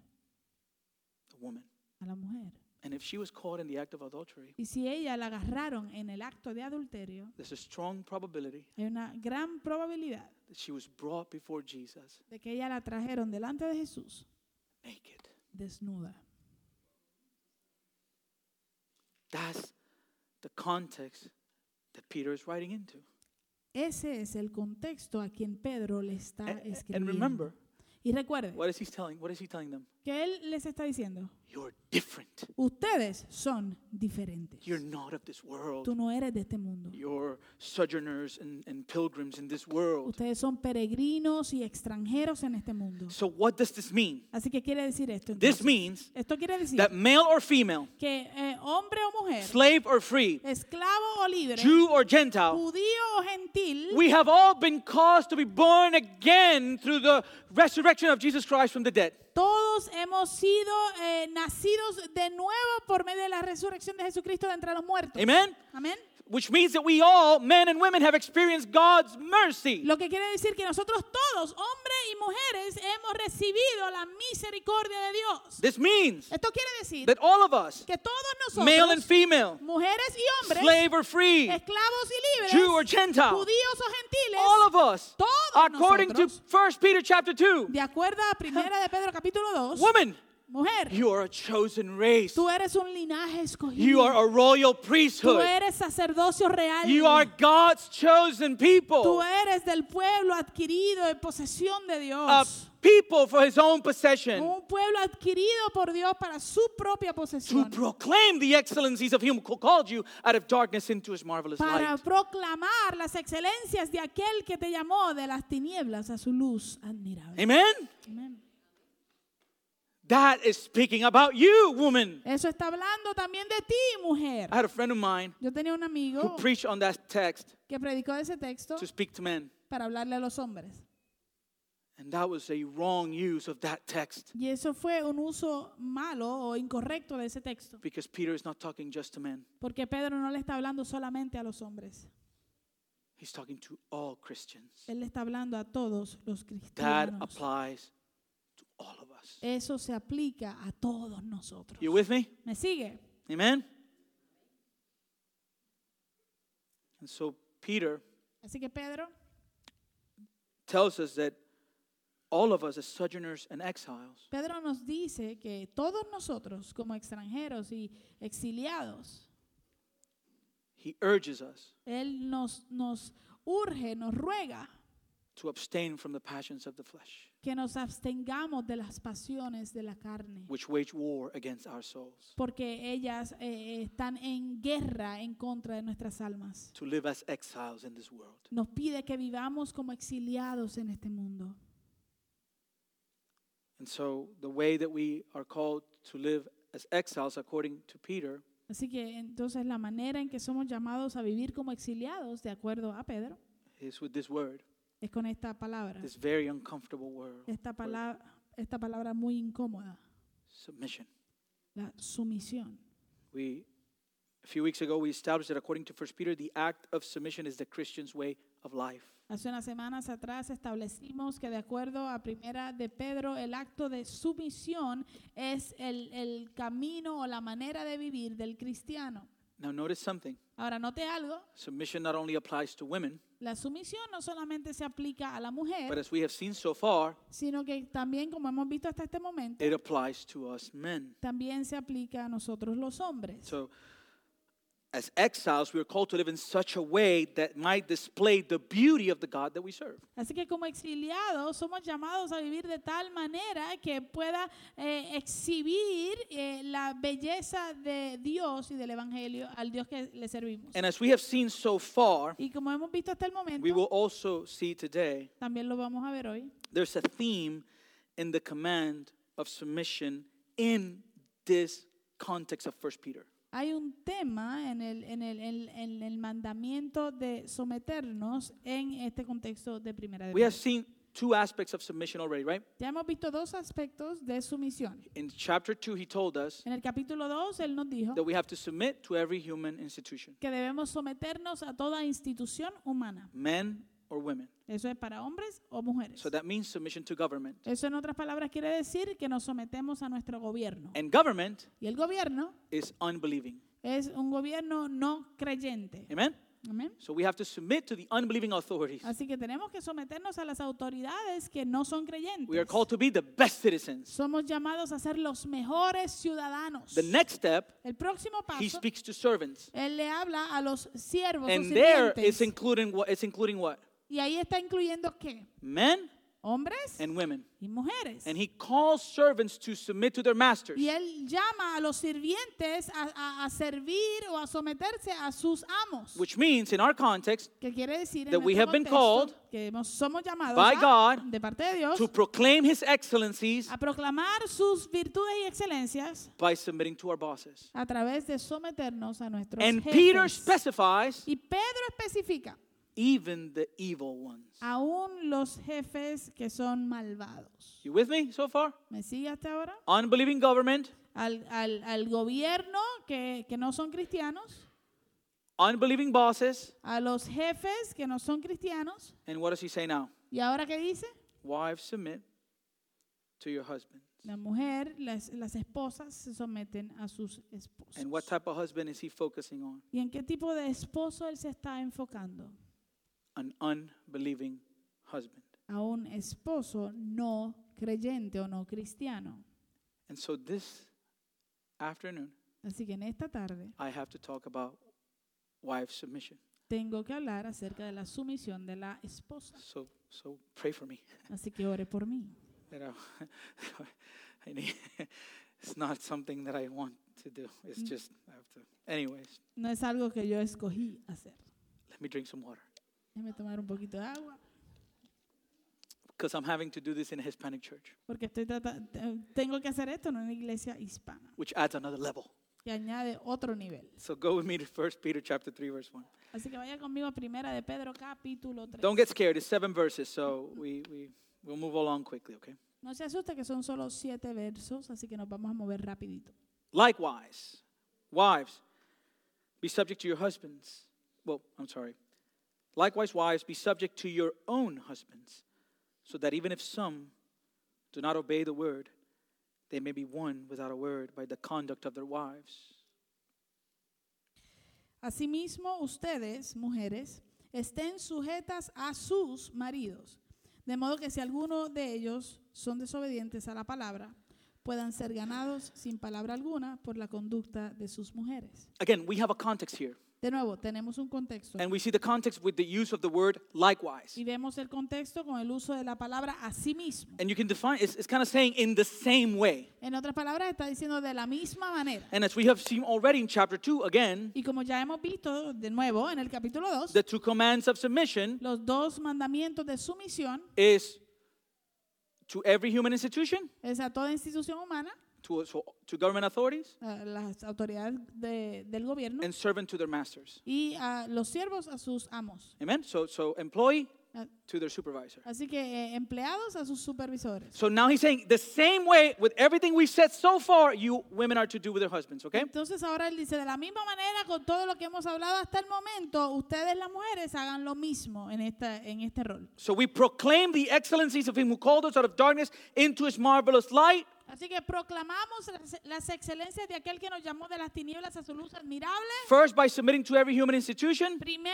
B: The woman.
A: A la mujer.
B: And if she was caught in the act of adultery,
A: Y si ella la agarraron en el acto de adulterio,
B: there's a strong probability
A: hay una gran probabilidad
B: that she was brought before Jesus
A: de que ella la trajeron delante de Jesús
B: naked.
A: desnuda.
B: That's the context that Peter is writing into.
A: Ese es el contexto a quien Pedro le está
B: Eh, And- And,
A: escribiendo.
B: remember,
A: y recuerde
B: what is he telling? What is he telling them?
A: que él les está diciendo,
B: You're different.
A: ustedes son diferentes.
B: You're not of this world.
A: Tú no eres de este mundo.
B: You're sojourners and, and pilgrims in this world.
A: Ustedes son peregrinos y extranjeros en este mundo.
B: So what does this mean?
A: Así que quiere decir esto.
B: This
A: entonces?
B: means
A: esto quiere decir
B: that male or female,
A: que eh, hombre o mujer,
B: slave or free,
A: esclavo o libre,
B: Jew or Gentile,
A: judío o gentil,
B: we have all been caused to be born again through the resurrection of Jesus Christ from the dead.
A: todos hemos sido eh, nacidos de nuevo por medio de la resurrección de Jesucristo de entre los muertos.
B: Amen?
A: Amén.
B: Which means that we all, men and women, have experienced God's mercy.
A: Lo que quiere decir que nosotros todos, hombres y mujeres, hemos recibido la misericordia de Dios.
B: This means
A: Esto quiere decir
B: that all of us,
A: que todos
B: male and
A: nosotros,
B: female,
A: mujeres y hombres,
B: slave or free,
A: esclavos y libres,
B: Jew or Gentile,
A: judíos o gentiles,
B: all of us,
A: todos
B: according to
A: nosotros.
B: 1 Peter chapter 2,
A: de acuerdo a primera de Pedro capítulo 2,
B: woman,
A: mujer,
B: you are a chosen race.
A: tú eres un linaje escogido,
B: You are a royal
A: tú
B: priesthood.
A: eres sacerdocio real,
B: You are God's chosen
A: tú
B: people.
A: eres del pueblo adquirido en posesión de
B: A
A: Dios,
B: people for his own possession.
A: un pueblo adquirido por Dios para su propia
B: To
A: posesión.
B: proclaim the excellencies of him who called you out of darkness into his marvelous
A: para
B: light.
A: proclamar las excelencias de aquel que te llamó de las tinieblas a su luz admirable.
B: Amen?
A: Amén.
B: That is speaking about you, woman.
A: Eso está hablando también de ti, mujer.
B: I had a friend of mine
A: Yo tenía un
B: who
A: amigo
B: preached on that text
A: que predicó de ese texto
B: to speak to men.
A: para hablarle a los hombres.
B: And that was a wrong use of that text
A: Y eso fue un uso malo o incorrecto de ese texto,
B: because Peter is not talking just to men,
A: porque Pedro no le está hablando solamente a los hombres,
B: he's talking to all Christians.
A: él le está hablando a todos los
B: That
A: cristianos.
B: applies to all of us.
A: Eso se aplica a todos nosotros.
B: You with me?
A: ¿Me sigue?
B: Amen? And so Peter
A: Así que Pedro
B: tells us that all of us as sojourners and exiles,
A: Pedro nos dice que todos nosotros, como extranjeros y exiliados,
B: he urges us
A: Él nos, nos urge, nos ruega
B: to abstain from the passions of the flesh,
A: que nos abstengamos de las pasiones de la carne,
B: which wage war against our souls,
A: porque ellas eh, eh, están en guerra en contra de nuestras almas.
B: to live as exiles in this world.
A: Nos pide que vivamos como exiliados en este mundo.
B: And so the way that we are called to live as exiles, according to Peter,
A: Así que entonces la manera en que somos llamados a vivir como exiliados, de acuerdo a Pedro,
B: is with this word,
A: es con esta palabra,
B: this very uncomfortable word,
A: esta palabra, esta palabra muy incómoda,
B: submission.
A: la sumisión.
B: We, a few weeks ago, we established that according to 1 Peter, the act of submission is the Christian's way of life.
A: Hace unas semanas atrás establecimos que de acuerdo a primera de Pedro, el acto de sumisión es el, el camino o la manera de vivir del cristiano.
B: Now, notice something.
A: Ahora, note algo,
B: Submission not only applies to women,
A: la sumisión no solamente se aplica a la
B: but
A: mujer,
B: as we have seen so far,
A: sino que también, como hemos visto hasta este momento,
B: it applies to us men.
A: también se aplica a nosotros los hombres.
B: So, as exiles, we are called to live in such a way that might display the beauty of the God that we serve.
A: Así que como exiliados somos llamados a vivir de tal manera que pueda eh, exhibir eh, la belleza de Dios y del Evangelio al Dios que le servimos.
B: And as we have seen so far,
A: Y como hemos visto hasta el momento,
B: we will also see today
A: también lo vamos a ver hoy,
B: there's a theme in the command of submission in this context of First Peter.
A: hay un tema en el, en el, en- en el mandamiento de someternos en este contexto de primera de
B: We have
A: Pedro.
B: seen two aspects of submission already, right?
A: Ya hemos visto dos aspectos de sumisión.
B: In chapter 2, he told us
A: En el capítulo 2, él nos dijo
B: that we have to submit to every human institution,
A: que debemos someternos a toda institución humana.
B: men or women.
A: Eso es para hombres o mujeres.
B: So that means submission to government.
A: Eso en otras palabras quiere decir que nos sometemos a nuestro gobierno.
B: And government
A: Y el gobierno
B: is unbelieving.
A: es un gobierno no creyente.
B: Amen?
A: Amén.
B: So we have to submit to the unbelieving authorities.
A: Así que tenemos que someternos a las autoridades que no son creyentes.
B: We are called to be the best citizens.
A: Somos llamados a ser los mejores ciudadanos.
B: The next step,
A: El próximo
B: he
A: paso,
B: speaks to servants.
A: él le habla a los siervos o
B: And there
A: sirvientes.
B: it's including what it's including what?
A: y ahí está incluyendo qué?
B: Men
A: Hombres
B: and women.
A: y mujeres.
B: And he calls servants to submit to their masters.
A: Y él llama a los sirvientes a, a- a servir o a someterse a sus amos.
B: Which means in our context
A: que quiere decir en
B: that we
A: nuestro
B: have been
A: contexto que hemos- somos llamados
B: by
A: a-
B: God
A: de parte de Dios
B: to proclaim his excellencies
A: a proclamar sus virtudes y excelencias
B: by submitting to our bosses.
A: a través de someternos a nuestros
B: And
A: jefes.
B: Peter specifies
A: y Pedro especifica
B: even the evil ones.
A: aún los jefes que son malvados.
B: You with me so far?
A: ¿Me sigue hasta ahora?
B: Unbelieving government,
A: Al, al- al gobierno que, que no son cristianos,
B: unbelieving bosses,
A: a los jefes que no son cristianos.
B: and what does he say now?
A: ¿Y ahora qué dice?
B: Wives submit to your husbands.
A: La mujer, las, las esposas se someten a sus esposos.
B: And what type of husband is he focusing on?
A: ¿Y en qué tipo de esposo él se está enfocando?
B: An unbelieving husband.
A: A un esposo no creyente o no cristiano.
B: And so this afternoon,
A: Así que en esta tarde
B: I have to talk about wife submission.
A: tengo que hablar acerca de la sumisión de la esposa.
B: So, so pray for me.
A: Así que ore por mí.
B: That I, I need, it's not something that I want to do. It's
A: Mm.
B: just I have to. Anyways,
A: No es algo que yo escogí hacer.
B: let me drink some water
A: Déjame tomar un poquito de agua
B: because I'm having to do this in a Hispanic church,
A: porque estoy trata- te- tengo que hacer esto en una iglesia hispana
B: which adds another level.
A: que añade otro nivel.
B: So go with me to First Peter chapter three, verse one.
A: Así que vaya conmigo a primera de Pedro capítulo 3.
B: Don't get scared. It's seven verses, so we we we'll move along quickly. Okay.
A: No se asuste que son solo siete versos, así que nos vamos a mover rapidito.
B: Likewise, wives, be subject to your husbands. Well, I'm sorry. Likewise, wives, be subject to your own husbands, so that even if some do not obey the word, they may be won without a word by the conduct of their wives.
A: Asimismo, ustedes, mujeres, estén sujetas a sus maridos, de modo que si alguno de ellos son desobedientes a la palabra, puedan ser ganados sin palabra alguna por la conducta de sus mujeres.
B: Again, we have a context here,
A: De nuevo, tenemos un contexto
B: and we see the context with the use of the word likewise.
A: y vemos el contexto con el uso de la palabra asimismo.
B: And you can define it's, it's kind of saying in the same way.
A: En otras palabras, está diciendo de la misma manera.
B: And as we have seen already in chapter 2, again,
A: Y como ya hemos visto de nuevo en el capítulo 2,
B: the two commands of submission
A: los dos mandamientos de sumisión
B: is to every human institution,
A: es a toda institución humana,
B: to, so- to government authorities,
A: a las autoridades de- del gobierno
B: and servant to their masters.
A: y a los siervos a sus amos.
B: Amen? So, so employee
A: A-
B: to their supervisor.
A: Así que eh, empleados a sus supervisores.
B: So now he's saying the same way with everything we've said so far, you women are to do with their husbands, okay?
A: Entonces ahora él dice, de la misma manera con todo lo que hemos hablado hasta el momento, ustedes las mujeres hagan lo mismo en, esta, en este rol.
B: So we proclaim the excellencies of him who called us out of darkness into his marvelous light.
A: Así que proclamamos las, las excelencias de aquel que nos llamó de las tinieblas a su luz admirable.
B: First, by submitting to every human institution,
A: Primero,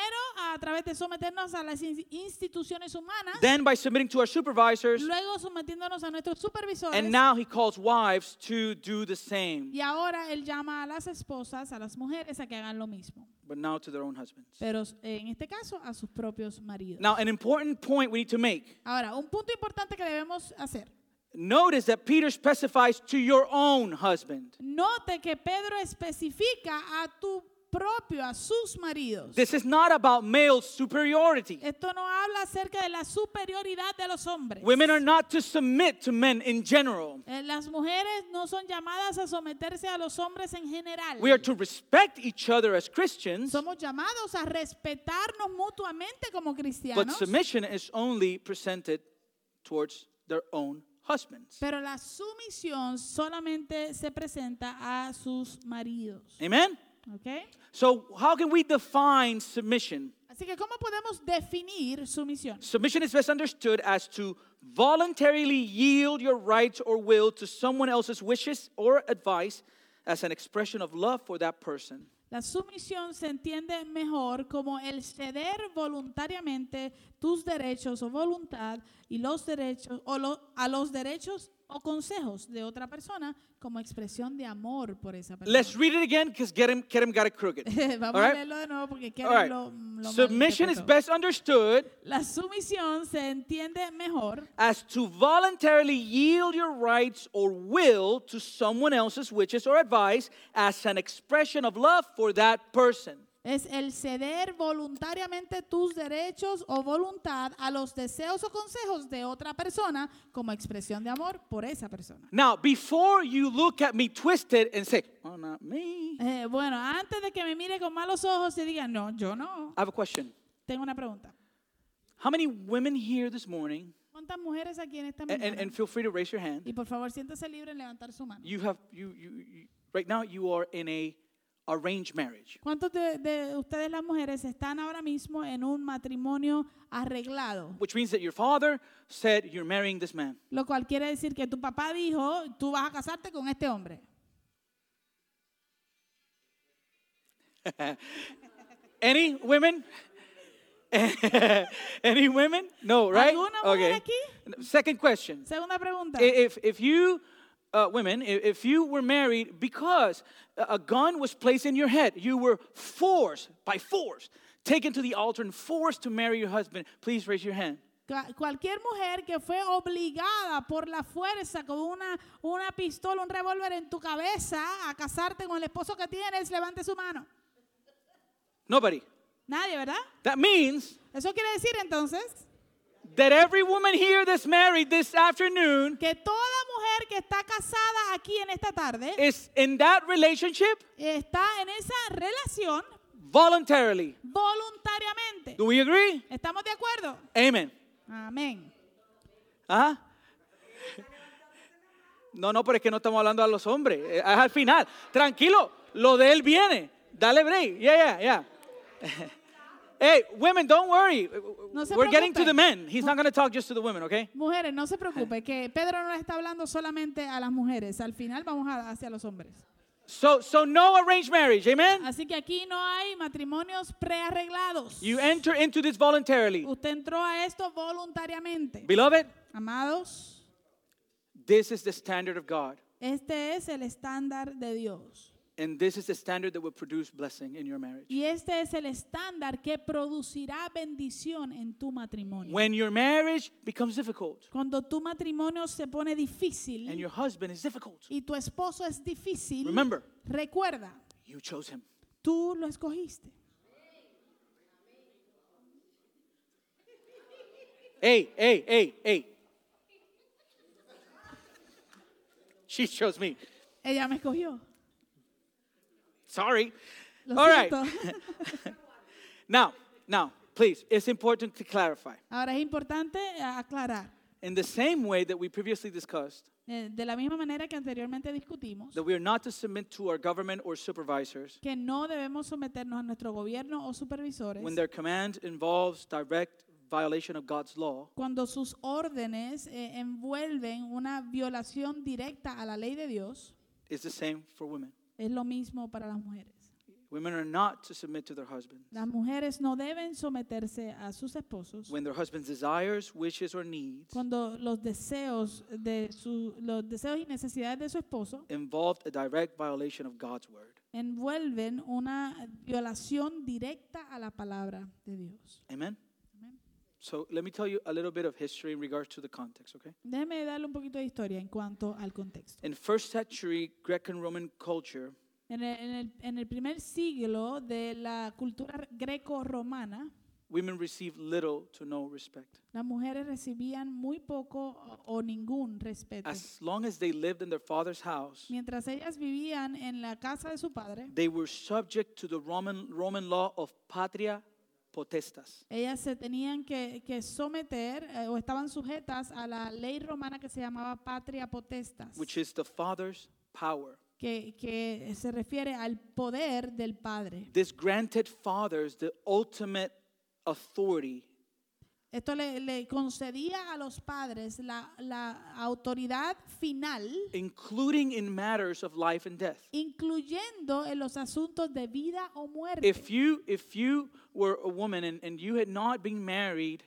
A: a través de someternos a las in- instituciones humanas.
B: then by submitting to our supervisors,
A: Luego sometiéndonos a nuestros supervisores.
B: and now he calls wives to do the same,
A: y ahora él llama a las esposas, a las mujeres, a que hagan lo mismo.
B: but now to their own husbands.
A: Pero eh, en este caso, a sus propios maridos.
B: Now, an important point we need to make.
A: ahora, un punto importante que debemos hacer.
B: Notice that Peter specifies to your own husband.
A: Note que Pedro especifica a tu propio, a sus maridos.
B: This is not about male superiority.
A: Esto no habla acerca de la superioridad de los hombres.
B: Women are not to submit to men in general.
A: Eh, las mujeres no son llamadas a someterse a los hombres en general.
B: We are to respect each other as Christians,
A: Somos llamados a respetarnos mutuamente como
B: but
A: cristianos.
B: submission is only presented towards their own husbands.
A: Pero la sumisión solamente se presenta a sus maridos.
B: Amen?
A: ¿ok?
B: So, how can we define submission?
A: Así que, ¿cómo podemos definir sumisión?
B: Submission is best understood as to voluntarily yield your rights or will to someone else's wishes or advice as an expression of love for that person.
A: La sumisión se entiende mejor como el ceder voluntariamente tus derechos o voluntad y los derechos o lo- a los derechos o consejos de otra persona como expresión de amor por esa persona.
B: Let's read it again because get him, get him got it crooked.
A: Vamos
B: All
A: a
B: right.
A: leerlo de nuevo porque
B: All
A: quiero
B: right.
A: lo, lo
B: Submission is
A: malinterpretó.
B: best understood
A: La sumisión se entiende mejor
B: as to voluntarily yield your rights or will to someone else's wishes or advice as an expression of love for that person.
A: Es el ceder voluntariamente tus derechos o voluntad a los deseos o consejos de otra persona como expresión de amor por esa persona.
B: Now, before you look at me twisted and say, "Oh, not me,"
A: Eh, bueno, antes de que me mire con malos ojos y diga, no, yo no,
B: I have a question.
A: tengo una pregunta.
B: How many women here this morning,
A: ¿Cuántas mujeres aquí en esta
B: and,
A: mañana?
B: and, and feel free to raise your hand,
A: y por favor, siéntase libre en levantar su mano.
B: you have, you, you, you right now you are in a arranged marriage.
A: ¿Cuántos de, de ustedes las mujeres están ahora mismo en un matrimonio arreglado?
B: Which means that your father said, You're marrying this man.
A: Lo cual quiere decir que tu papá dijo, tú vas a casarte con este hombre.
B: Any women? Any women? No, right?
A: ¿Alguna mujer aquí?
B: Second question.
A: Segunda pregunta.
B: I- If, if you, uh, women, i- if you were married because a a gun was placed in your head, you were forced, by force, taken to the altar and forced to marry your husband, please raise your hand.
A: Cua- Cualquier mujer que fue obligada por la fuerza con una, una pistola, un revólver en tu cabeza a casarte con el esposo que tienes, levante su mano.
B: Nobody.
A: Nadie, ¿verdad?
B: That means
A: Eso quiere decir entonces
B: that every woman here that's married this afternoon
A: que toda mujer que está casada aquí en esta tarde
B: is in that relationship
A: está en esa relación
B: voluntarily.
A: voluntariamente.
B: Do we agree?
A: ¿Estamos de acuerdo?
B: Amen.
A: Amén.
B: ¿Ah? No, no, pero es que no estamos hablando a los hombres. eh, Es al final. Tranquilo, lo de él viene. Dale break. Yeah, yeah, yeah. Hey, women, don't worry.
A: No se
B: We're getting to
A: preocupen.
B: the men. He's not going to talk just to the women, okay?
A: Mujeres, no se preocupe, que Pedro no está hablando solamente a las mujeres. Al final vamos a- hacia los hombres.
B: So, so no arranged marriage, amen?
A: Así que aquí no hay matrimonios prearreglados.
B: You enter into this voluntarily.
A: Usted entró a esto voluntariamente.
B: Beloved,
A: Amados,
B: this is the standard of God.
A: este es el estándar de Dios.
B: And this is the standard that will produce blessing in your marriage.
A: Y este es el estándar que producirá bendición en tu matrimonio.
B: When your marriage becomes difficult
A: Cuando tu matrimonio se pone
B: and
A: difícil
B: your husband is difficult,
A: y tu esposo es difícil,
B: remember,
A: recuerda,
B: you chose him.
A: tú lo escogiste.
B: Hey, hey, hey, hey. She chose me.
A: Ella me escogió.
B: Sorry.
A: Lo
B: All right.
A: siento.
B: Now, now, please, it's important to clarify.
A: Ahora es importante eh, aclarar.
B: In the same way that we previously discussed,
A: Eh, De la misma manera que anteriormente discutimos,
B: that we are not to submit to our government or supervisors
A: que no debemos someternos a nuestro gobierno o supervisores
B: when their command involves direct violation of God's law,
A: cuando sus órdenes eh, envuelven una violación directa a la ley de Dios,
B: it's the same for women.
A: es lo mismo para las mujeres.
B: Women are not to submit to their husbands
A: Las mujeres no deben someterse a sus esposos
B: when their husband's desires, wishes, or needs
A: cuando los deseos de su, los deseos y necesidades de su esposo
B: involved a direct violation of God's word.
A: envuelven una violación directa a la palabra de Dios.
B: Amen?
A: Amén.
B: So let me tell you a little bit of history in regards to the context, okay?
A: Déjeme darle un poquito de historia en cuanto al contexto.
B: In first century Greco-Roman culture,
A: En el, en el- en el primer siglo de la cultura greco-romana,
B: women received little to no respect.
A: las mujeres recibían muy poco o o ningún respeto.
B: As long as they lived in their father's house,
A: Mientras ellas vivían en la casa de su padre,
B: they were subject to the Roman Roman law of patria potestas.
A: Ellas se tenían que, que someter eh, o estaban sujetas a la ley romana que se llamaba patria potestas,
B: which is the Father's power.
A: que, que se refiere al poder del padre.
B: This granted fathers the ultimate authority
A: Esto le, le concedía a los padres la, la autoridad final,
B: including in matters of life and death.
A: incluyendo en los asuntos de vida o muerte.
B: If you if you were a woman and, and you had not been married,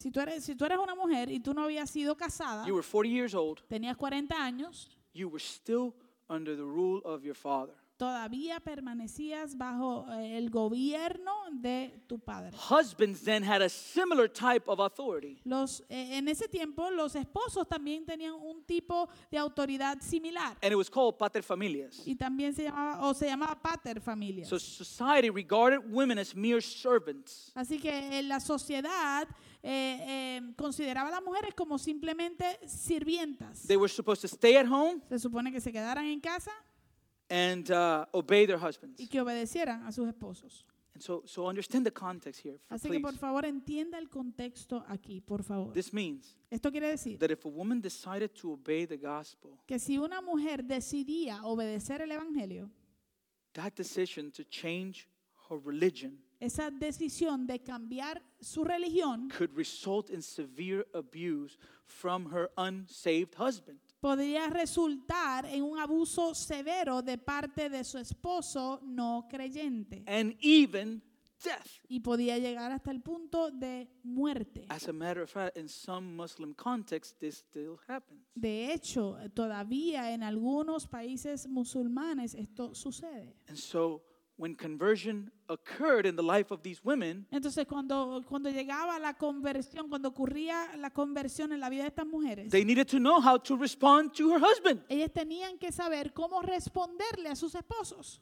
A: si, tú eres, si tú eres una mujer y tú no habías sido casada,
B: you were 40 years old,
A: tenías 40 años,
B: you were still under the rule of your father.
A: todavía permanecías bajo eh, el gobierno de tu padre.
B: Husbands then had a similar type of authority.
A: Los, eh, en ese tiempo los esposos también tenían un tipo de autoridad similar
B: And it was called paterfamilias.
A: y también se llamaba o se llamaba pater familia.
B: So society regarded women as mere servants.
A: Así que eh, la sociedad eh, eh, consideraba a las mujeres como simplemente sirvientas.
B: They were supposed to stay at home
A: Se supone que se quedaran en casa
B: and uh, obey their husbands.
A: y que obedecieran a sus esposos.
B: And so, so understand the context here, f-
A: Así que
B: please.
A: por favor entienda el contexto aquí, por favor.
B: This means
A: Esto quiere decir
B: that if a woman decided to obey the gospel,
A: que si una mujer decidía obedecer el Evangelio,
B: that decision to change her religion
A: esa decisión de cambiar su religión
B: could result in severe abuse from her unsaved husband.
A: podría resultar en un abuso severo de parte de su esposo no creyente
B: and even death.
A: y podía llegar hasta el punto de muerte.
B: As a matter of fact, in some Muslim contexts, this still happens.
A: De hecho, todavía en algunos países musulmanes esto sucede.
B: And so, when conversion occurred in the life of these women,
A: Entonces, cuando, cuando llegaba la conversión, cuando ocurría la conversión en la vida de estas mujeres,
B: they needed to know how to respond to her husband.
A: ellas tenían que saber cómo responderle a sus esposos.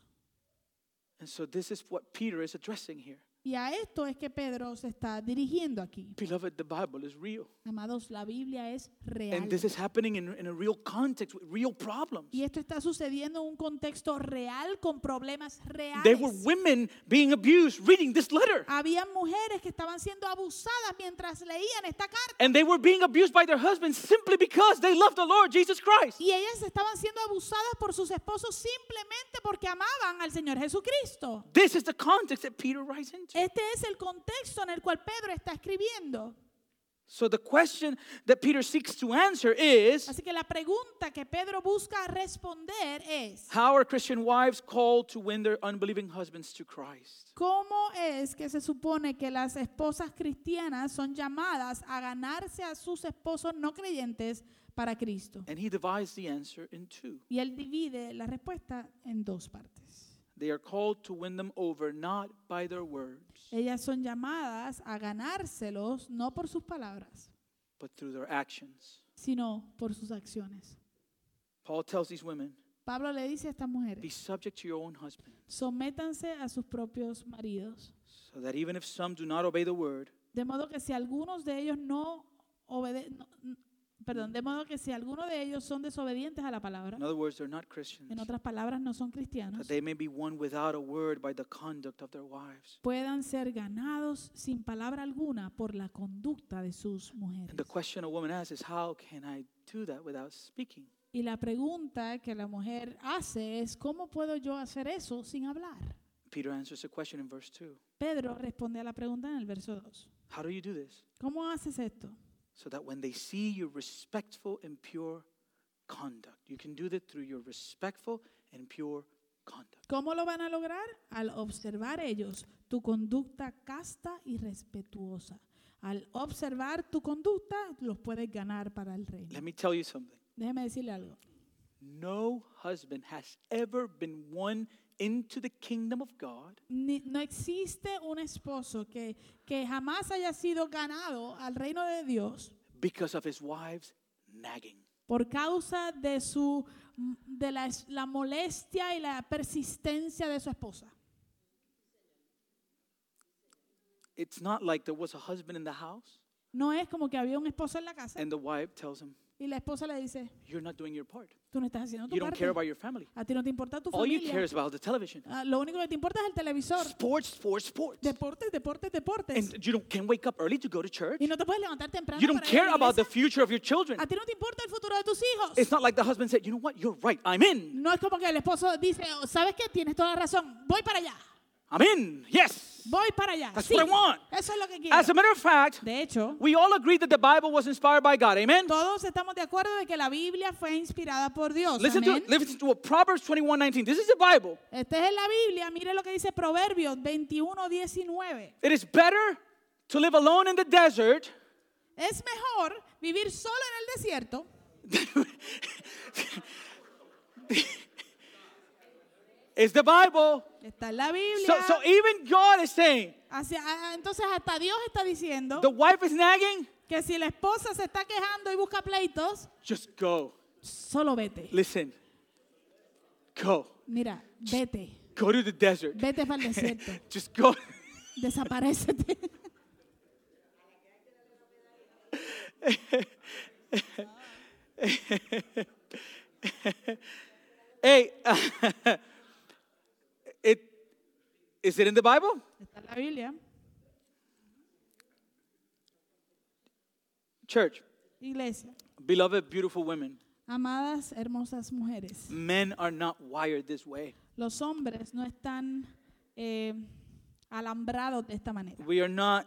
B: And so, this is what Peter is addressing here.
A: Y a esto es que Pedro se está dirigiendo aquí.
B: Beloved, the Bible is real.
A: Amados, la Biblia es real.
B: And this is happening in, in a real context with real problems.
A: Y esto está sucediendo en un contexto real con problemas
B: There were
A: reales.
B: women being abused reading this letter,
A: Había mujeres que estaban siendo abusadas mientras leían esta carta.
B: and they were being abused by their husbands simply because they loved the Lord Jesus Christ.
A: Y ellas estaban siendo abusadas por sus esposos simplemente porque amaban al Señor Jesucristo.
B: This is the context that Peter writes into.
A: Este es el contexto en el cual Pedro está escribiendo.
B: So the question that Peter seeks to answer is
A: Así que la pregunta que Pedro busca responder es,
B: how are Christian wives called to win their unbelieving husbands to Christ?
A: ¿Cómo es que se supone que las esposas cristianas son llamadas a ganarse a sus esposos no creyentes para Cristo?
B: And he devised the answer in two.
A: Y él divide la respuesta en dos partes.
B: They are called to win them over not by their words,
A: Ellas son llamadas a ganárselos no por sus palabras,
B: but through their actions.
A: sino por sus acciones.
B: Paul tells these women,
A: Pablo le dice a estas
B: be
A: mujeres,
B: subject to your own husband,
A: sométanse a sus propios maridos,
B: so that even if some do not obey the word,
A: de modo que si algunos de ellos no obedecen, perdón, de modo que si alguno de ellos son desobedientes a la palabra,
B: in other words, they're not Christians,
A: en otras palabras, no son cristianos,
B: that they may be won without a word by the conduct of their wives.
A: puedan ser ganados sin palabra alguna por la conducta de sus mujeres.
B: And the question a woman asks is, how can I do that without speaking?
A: Y la pregunta que la mujer hace es, ¿cómo puedo yo hacer eso sin hablar?
B: Peter answers the question in verse 2.
A: Pedro responde a la pregunta en el verso 2.
B: How do you do this?
A: ¿Cómo haces esto?
B: So that when they see your respectful and pure conduct, you can do that through your respectful and pure conduct.
A: ¿Cómo lo van a lograr? Al observar ellos tu conducta casta y respetuosa. Al observar tu conducta, los puedes ganar para el reino.
B: Let me tell you something.
A: Déjeme decirle algo.
B: No husband has ever been won into the kingdom of God
A: Ni- no existe un esposo que, que jamás haya sido ganado al reino de Dios
B: because of his wife's nagging.
A: por causa de su de la, es- la molestia y la persistencia de su esposa.
B: It's not like there was a husband in the house
A: No es como que había un esposo en la casa
B: And the wife tells him,
A: y la esposa le dice,
B: You're not doing your part.
A: tú no estás haciendo tu
B: You don't care
A: parte.
B: about your family.
A: A ti no te importa tu
B: All you
A: familia.
B: care is about the television.
A: Ah, lo único que te importa es el televisor.
B: Sports for sports.
A: Deportes, deportes, deportes.
B: And you don't, can't wake up early to go to church.
A: Y no te puedes levantar temprano
B: You
A: para
B: don't
A: ir a
B: care
A: la
B: about the
A: iglesia.
B: future of your children.
A: A ti no te importa el futuro de tus
B: It's
A: hijos.
B: not like the husband said, You know what? You're right. I'm in.
A: No es como que el esposo dice, "Oh, ¿sabes qué? Tienes toda la razón. Voy para allá.
B: I'm in. Yes.
A: Voy para allá.
B: That's
A: Sí.
B: what I want.
A: Eso es lo que quiero.
B: As a matter of fact,
A: De hecho,
B: we all agree that the Bible was inspired by God. Amen.
A: todos estamos de acuerdo de que la Biblia fue inspirada por Dios.
B: Listen to,
A: Amén.
B: listen to what Proverbs 21 19. This is the Bible.
A: Esta es la Biblia. Mire lo que dice Proverbios 21, 19.
B: It is better to live alone in the desert
A: Es mejor vivir solo en el desierto
B: It's the Bible.
A: Está en la Biblia.
B: So, so even God is saying
A: Hacia- ah, entonces hasta Dios está diciendo
B: the wife is nagging,
A: que si la esposa se está quejando y busca pleitos,
B: just go.
A: solo vete.
B: Listen, go.
A: Mira, vete.
B: Go to the desert.
A: Vete para el desierto.
B: Just go.
A: Desaparécete.
B: Hey, it, is it in the Bible?
A: Está en la Biblia.
B: Church,
A: Iglesia.
B: beloved, beautiful women,
A: Amadas, hermosas mujeres.
B: men are not wired this way.
A: Los hombres no están eh, alambrados de esta manera.
B: We are not,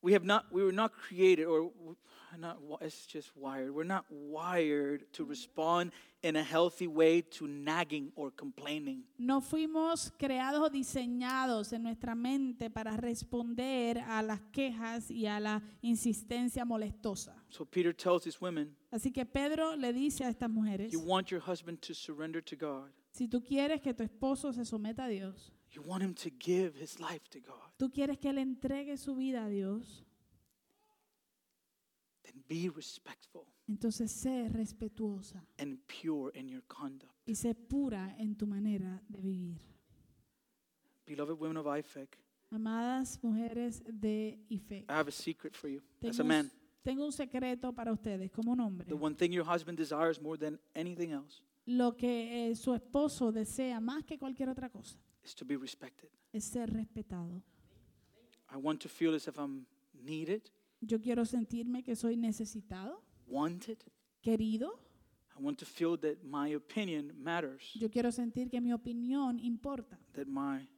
B: we have not, we were not created or w- not, wi- it's just wired. We're not wired to respond in a healthy way to nagging or complaining.
A: No fuimos creados o diseñados en nuestra mente para responder a las quejas y a la insistencia molestosa.
B: So Peter tells these women,
A: Así que Pedro le dice a estas mujeres,
B: you want your husband to surrender to God.
A: si tú quieres que tu esposo se someta a Dios,
B: You want him to give his life to God.
A: tú quieres que él entregue su vida a Dios,
B: Then be respectful
A: entonces sé respetuosa
B: and pure in your conduct.
A: y sé pura en tu manera de vivir.
B: Beloved women of IFEC,
A: Amadas mujeres de Ife,
B: I have a secret for you
A: tengo,
B: as a
A: un-
B: man.
A: tengo un secreto para ustedes como un hombre.
B: The one thing your husband desires more than anything else
A: Lo que eh, su esposo desea más que cualquier otra cosa
B: is to be respected.
A: es ser respetado.
B: I want to feel as if I'm needed,
A: Yo quiero sentirme que soy necesitado,
B: wanted.
A: querido.
B: I want to feel that my opinion matters,
A: Yo quiero sentir que mi opinión importa
B: that my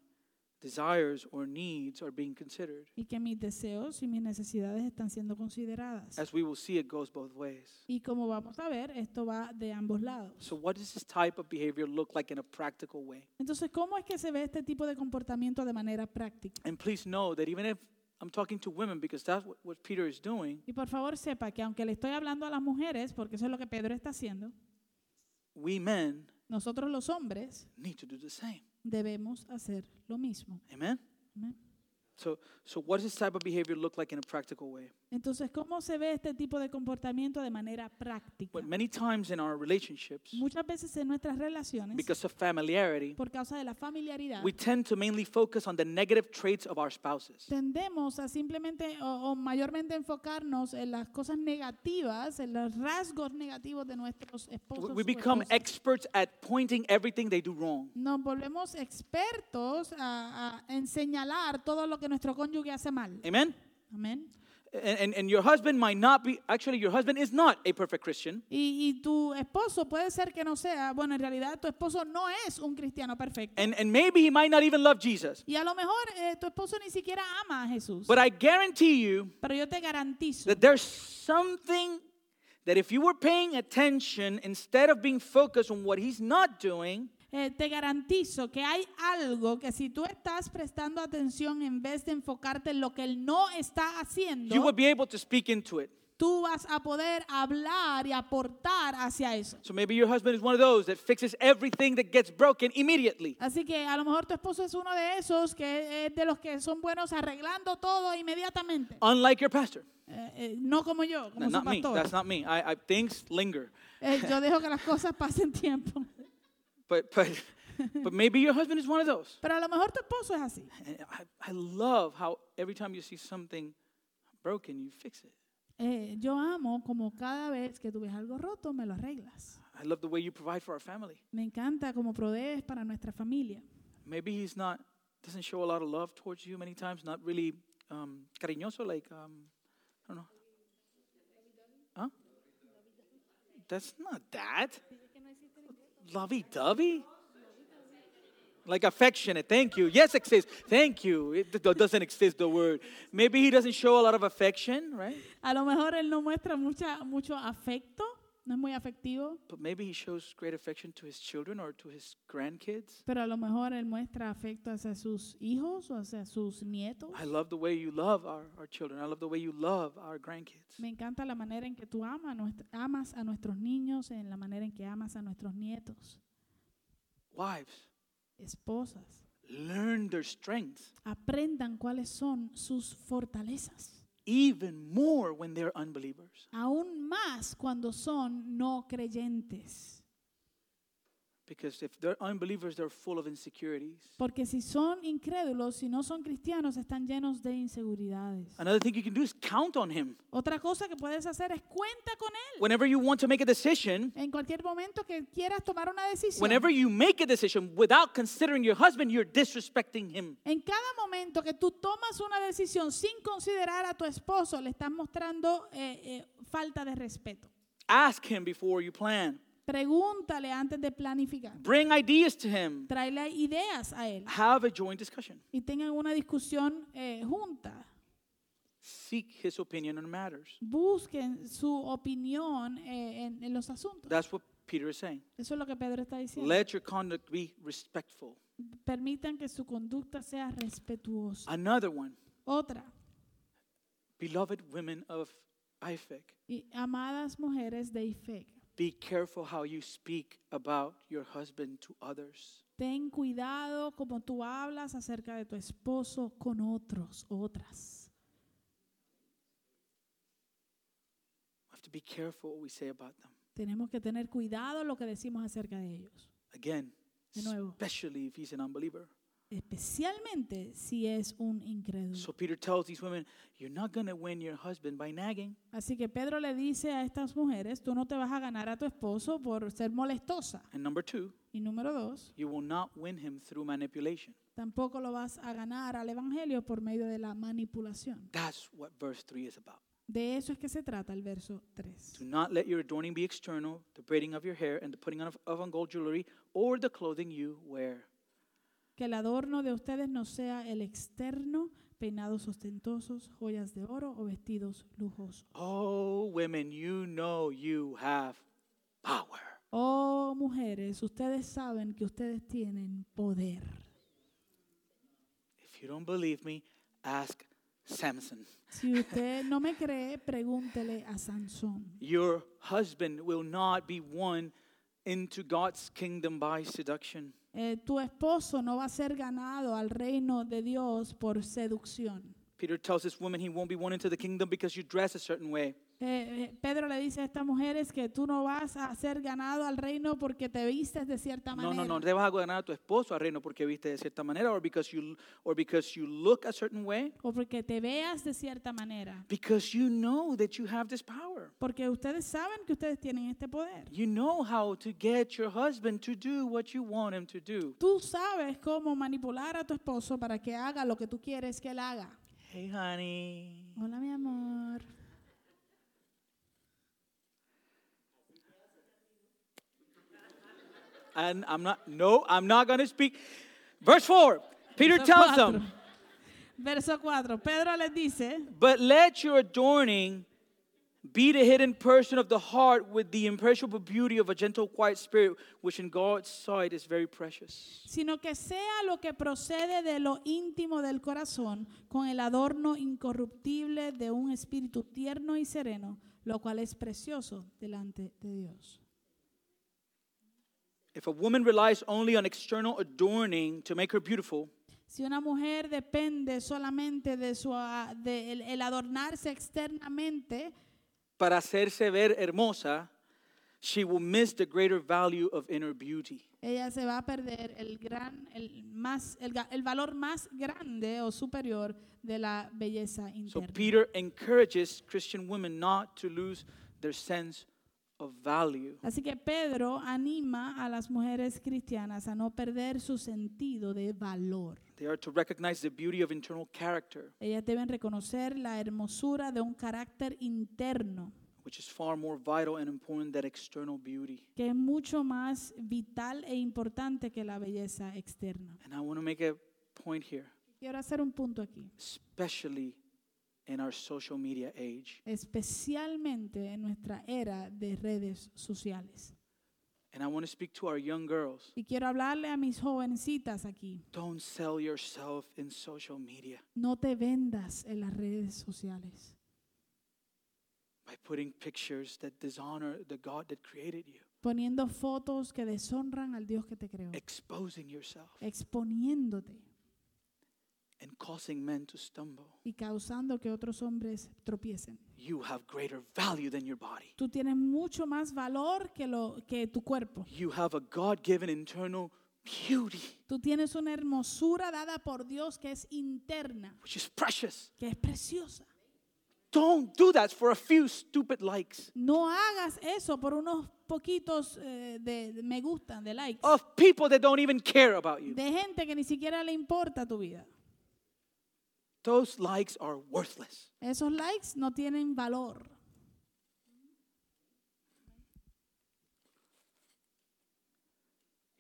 B: desires or needs are being considered.
A: y que mis deseos y mis necesidades están siendo consideradas.
B: As we will see, it goes both ways.
A: Y como vamos a ver, esto va de ambos lados.
B: So, what does this type of behavior look like in a practical way?
A: Entonces, ¿cómo es que se ve este tipo de comportamiento de manera práctica?
B: And please know that even if I'm talking to women, because that's what, what Peter is doing,
A: Y por favor sepa que aunque le estoy hablando a las mujeres, porque eso es lo que Pedro está haciendo,
B: we men
A: nosotros los hombres
B: need to do the same.
A: debemos hacer lo mismo.
B: Amen?
A: Amén.
B: So, so what does this type of behavior look like in a practical way?
A: Entonces, ¿cómo se ve este tipo de comportamiento de manera práctica?
B: But many times in our relationships,
A: Muchas veces en nuestras relaciones,
B: because of familiarity,
A: por causa de la familiaridad,
B: we tend to mainly focus on the negative traits of our spouses.
A: tendemos a simplemente o, o mayormente enfocarnos en las cosas negativas, en los rasgos negativos de nuestros esposos.
B: We- We
A: o
B: become
A: esposas.
B: experts at pointing everything they do wrong.
A: Nos volvemos expertos a, a- en señalar todo lo que nuestro cónyuge hace mal.
B: Amen?
A: Amén.
B: And, and, and your husband might not be, actually, your husband is not a perfect Christian.
A: Y, y tu esposo puede ser que no sea, bueno, en realidad tu esposo no es un cristiano perfecto.
B: And, and maybe he might not even love Jesus.
A: Y a lo mejor eh, tu esposo ni siquiera ama a Jesús.
B: But I guarantee you
A: Pero yo te garantizo
B: that there's something that if you were paying attention instead of being focused on what he's not doing,
A: Eh, te garantizo que hay algo que si tú estás prestando atención en vez de enfocarte en lo que él no está
B: you will
A: haciendo,
B: be able to speak into it.
A: tú vas a poder hablar y aportar hacia eso.
B: So maybe your husband is one of those that fixes everything that gets broken immediately.
A: Así que a lo mejor tu esposo es uno de esos que es de los que son buenos arreglando todo inmediatamente.
B: Unlike your pastor.
A: Eh, eh, no como yo,
B: No,
A: como su
B: Oh. not me.
A: pastor.
B: That's not me. I, I things linger.
A: Eh, yo dejo que las cosas pasen tiempo.
B: But but but maybe your husband is one of those.
A: Pero a lo mejor tu esposo es así.
B: And I, I love how every time you see something broken, you fix it.
A: Eh, yo amo como cada vez que tú ves algo roto, me lo arreglas.
B: I love the way you provide for our family.
A: Me encanta como provees para nuestra familia.
B: Maybe he's not, doesn't show a lot of love towards you many times, not really um, cariñoso, like, um, I don't know. Huh? That's not that. Lovey dovey? Like affectionate. Thank you. Yes, exists. Thank you. It d- doesn't exist, the word. Maybe he doesn't show a lot of affection, right?
A: A lo mejor él no muestra mucha, mucho afecto, no es muy afectivo,
B: But maybe he shows great affection to his children or to his grandkids.
A: pero a lo mejor él muestra afecto hacia sus hijos o hacia sus nietos.
B: I love the way you love our, our children. I love the way you love our grandkids.
A: Me encanta la manera en que tú ama, a nuestra- amas a nuestros niños, en la manera en que amas a nuestros nietos,
B: Wives,
A: esposas.
B: learn their strengths
A: Aprendan cuáles son sus fortalezas,
B: even more when they're unbelievers
A: aún más cuando son no creyentes.
B: because if they're unbelievers they're full of insecurities
A: Porque si son incrédulos, si no son cristianos, están llenos de inseguridades.
B: another thing you can do is count on him
A: Otra cosa que puedes hacer es cuenta con él.
B: whenever you want to make a decision
A: En cualquier momento que quieras tomar una decisión.
B: whenever you make a decision without considering your husband you're disrespecting him
A: En cada momento que tú tomas una decisión sin considerar a tu esposo, le estás mostrando eh, eh, falta de respeto.
B: ask him before you plan
A: Pregúntale antes de planificar.
B: bring ideas to him
A: Tráele ideas a él
B: have a joint discussion
A: y tengan una discusión eh, junta.
B: seek his opinion on matters
A: Busquen su opinión eh, en, en los asuntos.
B: that's what peter is saying
A: Eso es lo que Pedro está diciendo.
B: let your conduct be respectful
A: Permitan que su conducta sea respetuosa.
B: another one
A: Otra,
B: beloved women of Iphek
A: y amadas mujeres de Ifec,
B: Be careful how you speak about your husband to others.
A: ten cuidado como tú hablas acerca de tu esposo con otros, otras.
B: We have to be careful what we say about them.
A: Tenemos que tener cuidado lo que decimos acerca de ellos,
B: Again,
A: De nuevo.
B: especially if he's an unbeliever.
A: especialmente si es un incrédulo.
B: So Peter tells these women, You're not going to win your husband by nagging.
A: Así que Pedro le dice a estas mujeres, tú no te vas a ganar a tu esposo por ser molestosa.
B: And number two,
A: Y número dos,
B: you will not win him through manipulation.
A: tampoco lo vas a ganar al Evangelio por medio de la manipulación.
B: That's what verse three is about.
A: De eso es que se trata el verso 3.
B: Do not let your adorning be external, the braiding of your hair, and the putting on of, of on gold jewelry, or the clothing you wear.
A: Que el adorno de ustedes no sea el externo, peinados ostentosos, joyas de oro o vestidos lujosos.
B: Oh, women, you know you have power.
A: Oh, mujeres, ustedes saben que ustedes tienen poder.
B: If you don't believe me, ask Samson.
A: Si usted no me cree, pregúntele a Sansón.
B: Your husband will not be won into God's kingdom by seduction.
A: Eh, tu esposo no va a ser ganado al reino de Dios por seducción.
B: Peter tells this woman he won't be won into the kingdom because you dress a certain way.
A: Eh, eh, Pedro le dice a estas mujeres que tú no vas a ser ganado al reino porque te vistes de cierta
B: No,
A: manera.
B: no, no, te vas a ganar a tu esposo al reino porque viste de cierta manera or because you or because you look a certain way
A: O porque te veas de cierta manera.
B: because you know that you have this power.
A: Porque ustedes saben que ustedes tienen este poder.
B: You know how to get your husband to do what you want him to do.
A: Tú sabes cómo manipular a tu esposo para que haga lo que tú quieres que él haga.
B: Hey honey.
A: Hola, mi amor.
B: And I'm not, no, I'm not going to speak. Verse 4, Peter
A: Verso
B: tells
A: cuatro.
B: them,
A: Verso 4. Pedro les dice,
B: but let your adorning be the hidden person of the heart with the imperishable beauty of a gentle, quiet spirit, which in God's sight is very precious.
A: sino que sea lo que procede de lo íntimo del corazón, con el adorno incorruptible de un espíritu tierno y sereno, lo cual es precioso delante de Dios.
B: If a woman relies only on external adorning to make her beautiful,
A: Si una mujer depende solamente de su ah, de el- el adornarse externamente
B: para hacerse ver hermosa, she will miss the greater value of inner beauty.
A: ella se va a perder el gran, el más, el, ga- el valor más grande o superior de la belleza
B: So
A: interna.
B: Peter encourages Christian women not to lose their sense of value.
A: Así que Pedro anima a las mujeres cristianas a no perder su sentido de valor.
B: They are to recognize the beauty of internal character,
A: Ellas deben reconocer la hermosura de un carácter interno,
B: which is far more vital and important than external beauty.
A: que es mucho más vital e importante que la belleza externa.
B: And I want to make a point here,
A: Quiero hacer un punto aquí,
B: especially in our social media age.
A: especialmente en nuestra era de redes sociales.
B: And I want to speak to our young girls.
A: Y quiero hablarle a mis jovencitas aquí.
B: Don't sell yourself in social media
A: No te vendas en las redes sociales
B: by putting pictures that dishonor the God that created you,
A: poniendo fotos que deshonran al Dios que te creó,
B: exposing yourself
A: exponiéndote
B: and causing men to stumble.
A: y causando que otros hombres tropiecen.
B: You have greater value than your body.
A: Tú tienes mucho más valor que lo que tu cuerpo.
B: You have a God given internal beauty,
A: Tú tienes una hermosura dada por Dios que es interna,
B: which is precious.
A: que es preciosa.
B: Don't do that for a few stupid likes
A: No hagas eso por unos poquitos eh, de, de me gustan, de likes,
B: of people that don't even care about you.
A: de gente que ni siquiera le importa tu vida.
B: Those likes are worthless.
A: Esos likes no tienen valor.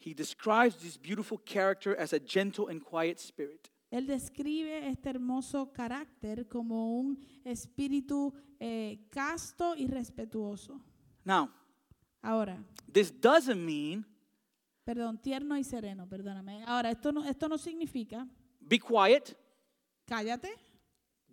B: He describes this beautiful character as a gentle and quiet spirit.
A: Él describe este hermoso carácter como un espíritu eh, casto y respetuoso.
B: Now,
A: Ahora,
B: this doesn't mean
A: perdón, tierno y sereno, perdóname. Ahora, esto no, esto no significa,
B: be quiet,
A: cállate,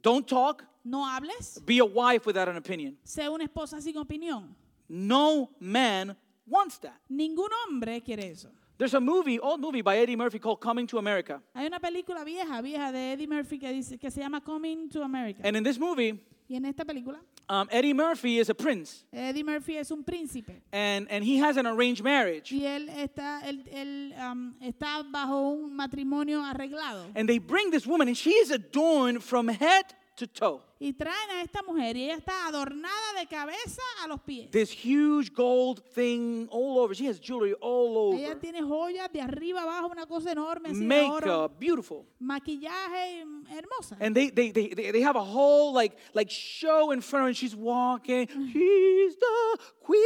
B: don't talk,
A: no hables,
B: be a wife without an opinion.
A: sé una esposa sin opinión.
B: No man wants that.
A: Ningún hombre quiere eso.
B: There's a movie, old movie by Eddie Murphy called Coming to America.
A: Hay una película vieja, vieja de Eddie Murphy que, dice, que se llama Coming to America.
B: And in this movie,
A: Y en esta película,
B: um, Eddie Murphy is a prince
A: Eddie Murphy es un príncipe.
B: and, and he has an arranged marriage.
A: Y él está, él, él, um, está bajo un matrimonio arreglado.
B: And they bring this woman and she is adorned from head to toe.
A: Y traen a esta mujer y ella está adornada de cabeza a los pies.
B: This huge gold thing all over. She has jewelry all
A: Ella
B: over.
A: tiene joyas de arriba abajo, una cosa enorme, así de oro,
B: Makeup, beautiful.
A: maquillaje mm, hermosa.
B: And they, they, they, they, they have a whole like, like show in front of her and she's walking.
A: Mm-hmm.
B: She's the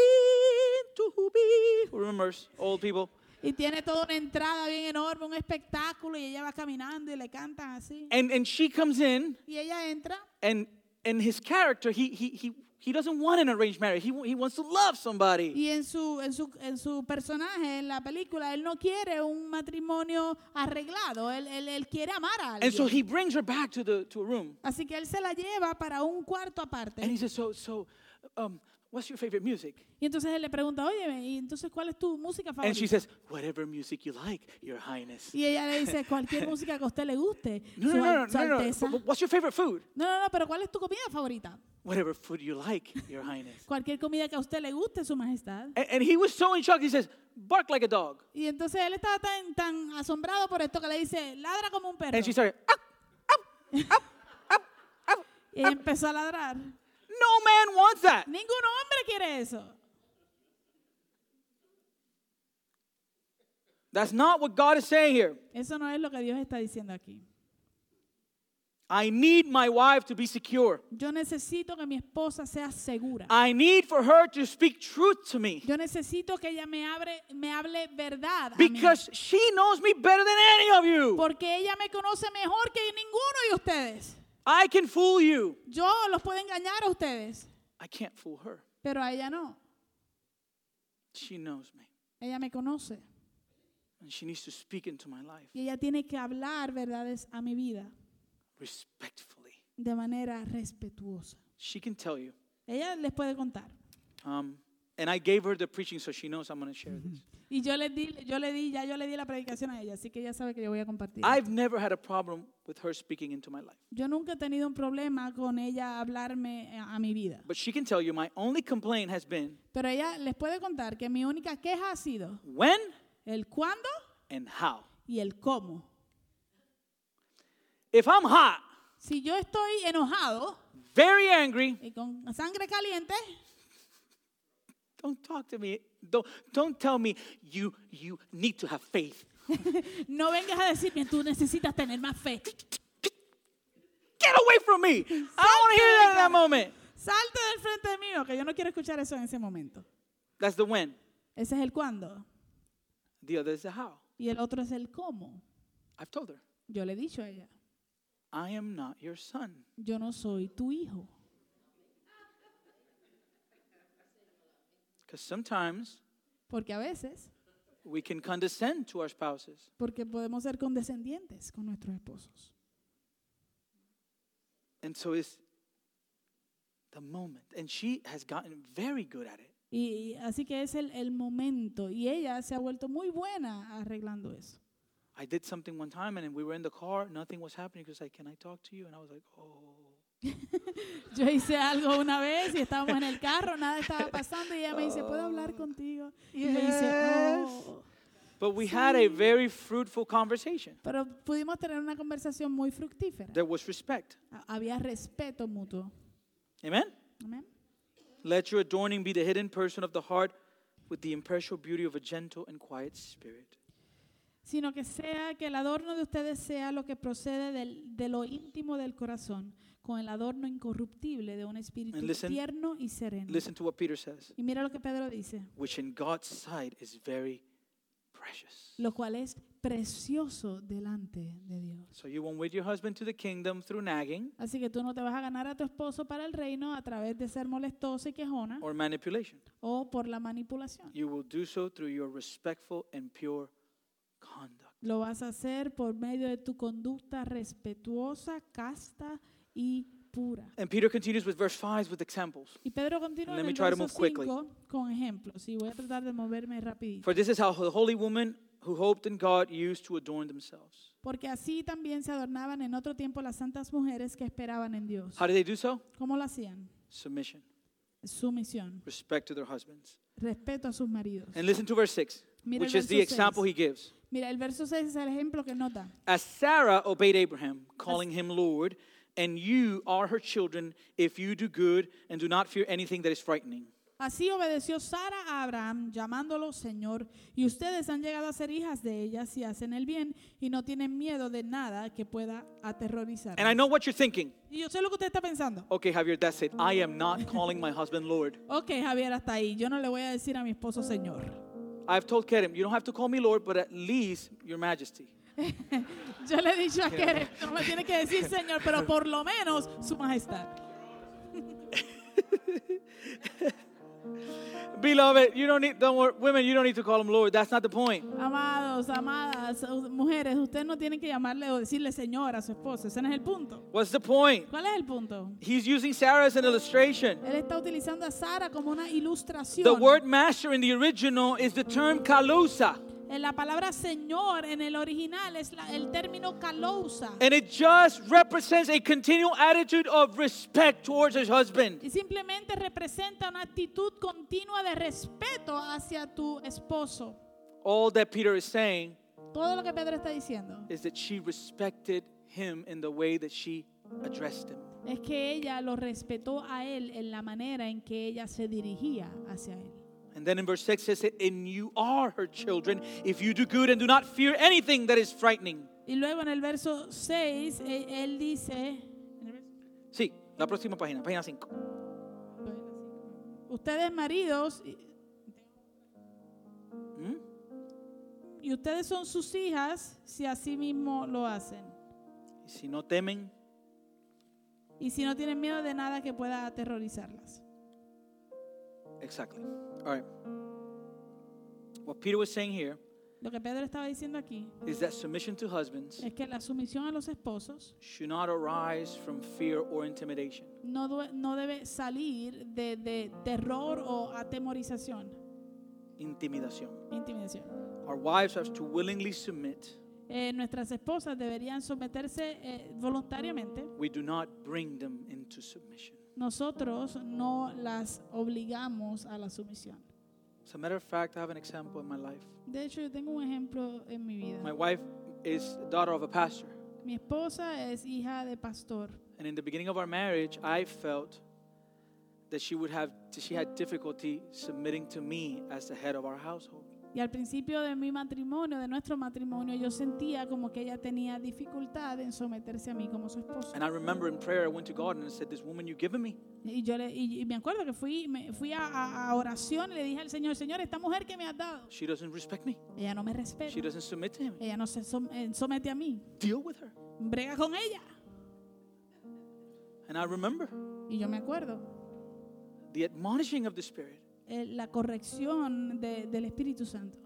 B: queen to be. Who remembers old people?
A: Y tiene toda una entrada bien enorme, un espectáculo y ella va caminando y le cantan así.
B: And, and she comes in
A: Y ella entra
B: and, and his character, he, he, he, he doesn't want an arranged marriage. He, he wants to love somebody.
A: y en su, en, su, en su personaje, en la película, él no quiere un matrimonio arreglado, él, él, él quiere amar a alguien.
B: And so he brings her back to the to a room,
A: así que él se la lleva para un cuarto aparte.
B: and he says, "So, so, um, what's your favorite music?"
A: Y entonces él le pregunta, oye, ¿y entonces cuál es tu música
B: And
A: favorita?
B: she says, "Whatever music you like, Your Highness."
A: y ella le dice, cualquier música que a usted le guste.
B: No,
A: su,
B: no, no,
A: al- su
B: no, no, no.
A: alteza.
B: "Wh- What's your favorite food?
A: No, no, no, pero ¿cuál es tu comida favorita?
B: Whatever food you like, Your Highness.
A: Cualquier comida que a usted le guste, su majestad.
B: And, and he was so in shock. He says, "Bark like a dog."
A: Y entonces él estaba tan, tan asombrado por esto que le dice, ladra como un perro.
B: And she started. "Ah,
A: y ella empezó a ladrar.
B: no man wants that.
A: Ningún hombre quiere eso.
B: That's not what God is saying here.
A: Eso no es lo que Dios está diciendo aquí.
B: I need my wife to be secure.
A: Yo necesito que mi esposa sea segura.
B: I need for her to speak truth to me
A: Yo necesito que ella me, abre, me hable verdad. a mí.
B: because she knows me better than any of you.
A: Porque ella me conoce mejor que ninguno de ustedes.
B: I can fool you.
A: Yo los puedo engañar a ustedes,
B: I can't fool her.
A: pero a ella no.
B: She knows me.
A: Ella me conoce
B: And she needs to speak into my life
A: y ella tiene que hablar verdades a mi vida
B: respectfully.
A: de manera respetuosa.
B: She can tell you.
A: Ella les puede contar.
B: Um, And I gave her the preaching, so she knows I'm going to share this.
A: Y yo le di, yo le di, ya yo le di la predicación a ella, así que ella sabe que yo voy a compartir.
B: I've never had a problem with her speaking into my life.
A: Yo nunca he tenido un problema con ella hablarme a, a mi vida.
B: But she can tell you my only complaint has been
A: Pero ella les puede contar que mi única queja ha sido
B: when
A: el cuándo
B: and how.
A: y el cómo.
B: If I'm hot,
A: Si yo estoy enojado
B: very angry,
A: y con sangre caliente,
B: don't talk to me. Don't, don't tell me you, you need to have faith.
A: no vengas a decirme tú necesitas tener más fe.
B: Get away from me. I don't want to hear that in that moment.
A: Salte del frente mío, que yo no quiero escuchar eso en ese momento.
B: That's the when.
A: Ese es el cuándo
B: The other is the how.
A: y el otro es el cómo.
B: I've told her,
A: Yo le he dicho a ella,
B: I am not your son.
A: yo no soy tu hijo.
B: Because sometimes
A: Porque a veces,
B: we can condescend to our spouses.
A: porque podemos ser condescendientes con nuestros esposos.
B: And so it's the moment. And she has gotten very good at it.
A: Y y así que es el, el momento. Y ella se ha vuelto muy buena arreglando eso.
B: I did something one time and we were in the car, nothing was happening. She was like, Can I talk to you? And I was like, Oh.
A: Yo hice algo una vez y estábamos en el carro, nada estaba pasando y ella me dice, ¿puedo hablar contigo? Y yo hice, "Oh".
B: But we had a very fruitful conversation.
A: Pero pudimos tener una conversación muy fructífera.
B: There was respect.
A: Ha- Había respeto mutuo.
B: Amen?
A: Amén.
B: Let your adorning be the hidden person of the heart with the imperishable beauty of a gentle and quiet spirit.
A: Sino que sea que el adorno de ustedes sea lo que procede del- de lo íntimo del corazón, con el adorno incorruptible de un espíritu
B: And listen-
A: tierno y sereno.
B: Listen to what Peter says,
A: Y mira lo que Pedro dice.
B: which in God's sight is very precious.
A: lo cual es precioso delante de Dios.
B: So you won't win your husband to the kingdom through nagging
A: Así que tú no te vas a ganar a tu esposo para el reino a través de ser molestosa y quejona
B: or manipulation.
A: o por la manipulación.
B: You will do so through your respectful and pure conduct.
A: Lo vas a hacer por medio de tu conducta respetuosa, casta y pura.
B: And Peter continues with verse 5 with examples.
A: Y Pedro continúa
B: Let
A: en
B: me
A: el
B: try to
A: verso
B: move quickly.
A: 5 con ejemplos. Y voy a tratar de moverme rapidito.
B: For this is how the holy woman who hoped in God used to adorn themselves.
A: Porque así también se adornaban en otro tiempo las santas mujeres que esperaban en Dios.
B: How did they do so?
A: ¿Cómo lo hacían?
B: Submission,
A: Sumisión,
B: respect to their husbands.
A: respeto a sus maridos.
B: And listen to verse 6,
A: Mira
B: which
A: el
B: is the
A: verso
B: example
A: seis.
B: he gives.
A: Mira, el verso 6 es el ejemplo que nota.
B: As Sarah obeyed Abraham, calling him Lord, and you are her children if you do good and do not fear anything that is frightening.
A: Así obedeció Sara a Abraham, llamándolo Señor, y ustedes han llegado a ser hijas de ella si hacen el bien y no tienen miedo de nada que pueda aterrorizar.
B: And I know what you're thinking.
A: Y yo sé lo que usted está pensando.
B: Okay, Javier, that's it. I am not calling my husband Lord.
A: Ok, Javier, hasta ahí. Yo no le voy a decir a mi esposo Señor.
B: I've told Kerem, you don't have to call me Lord, but at least your majesty.
A: Yo le he dicho a que no me tiene que decir Señor, pero por lo menos su majestad.
B: Beloved, you don't need, don't worry, women, you don't need to call him Lord. That's not the point.
A: Amados, amadas, u- mujeres, ustedes no tienen que llamarle o decirle Señor a su esposo. Ese no es el punto.
B: What's the point?
A: ¿Cuál es el punto?
B: He's using Sarah as an illustration.
A: Él está utilizando a Sara como una ilustración.
B: The word master in the original is the term kalusa,
A: Eh, La palabra Señor en el original es la- el término calousa.
B: and it just represents a continual attitude of respect towards his husband.
A: Y simplemente representa una actitud continua de respeto hacia tu esposo.
B: All that Peter is saying
A: Todo lo que Pedro está diciendo
B: is that she respected him in the way that she addressed him.
A: es que ella lo respetó a él en la manera en que ella se dirigía hacia él.
B: And then in verse 6 it says, And you are her children if you do good and do not fear anything that is frightening.
A: Y luego en el verso 6, eh, él dice, en el verso-
B: Sí, la próxima página, página 5.
A: ustedes maridos, y-
B: Mm-hmm.
A: y ustedes son sus hijas si así mismo lo hacen.
B: Si no temen,
A: y si no tienen miedo de nada que pueda aterrorizarlas.
B: exactly. All right. What Peter was saying here
A: Lo que Pedro estaba diciendo aquí
B: is that submission to husbands
A: es que la sumisión a los esposos
B: should not arise from fear or intimidation.
A: no, due- no debe salir de, de terror o atemorización,
B: Intimidación.
A: intimidación.
B: Our wives have to willingly submit.
A: Eh, nuestras esposas deberían someterse eh, voluntariamente.
B: We do not bring them into submission.
A: Nosotros no las obligamos a la sumisión.
B: As a matter of fact, I have an example in my life.
A: De hecho, yo tengo un ejemplo en mi
B: My
A: vida.
B: wife is the daughter of a pastor.
A: Mi esposa es hija de pastor.
B: And in the beginning of our marriage, I felt that she would have she had difficulty submitting to me as the head of our household.
A: Y al principio de mi matrimonio, de nuestro matrimonio, yo sentía como que ella tenía dificultad en someterse a mí como su esposa.
B: And I remember in prayer I went to God and I said, This woman you've given me,
A: Y yo le, y, y me acuerdo que fui, me, fui a, a- a oración y le dije al Señor, Señor, esta mujer que me has dado,
B: she doesn't respect me.
A: ella no me
B: She
A: respeta,
B: doesn't submit to him.
A: ella no se som- eh, somete a mí,
B: Deal with her.
A: brega con ella.
B: And I remember
A: Y yo me acuerdo
B: the admonishing of the Spirit.
A: eh, la corrección de- del Espíritu Santo.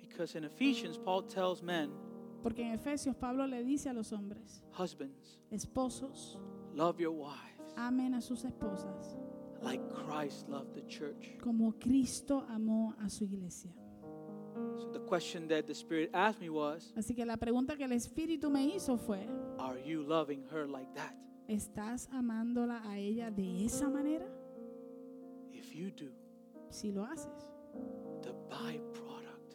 B: Because in Ephesians, Paul tells men,
A: Porque en Efesios Pablo le dice a los hombres,
B: Husbands,
A: esposos,
B: love your wives
A: amen a sus esposas
B: like Christ loved the church.
A: como Cristo amó a su iglesia.
B: So the question that the Spirit asked me was,
A: Así que la pregunta que el Espíritu me hizo fue,
B: Are you loving her like that?
A: ¿estás amándola a ella de esa manera?
B: If you do,
A: Si lo haces,
B: the byproduct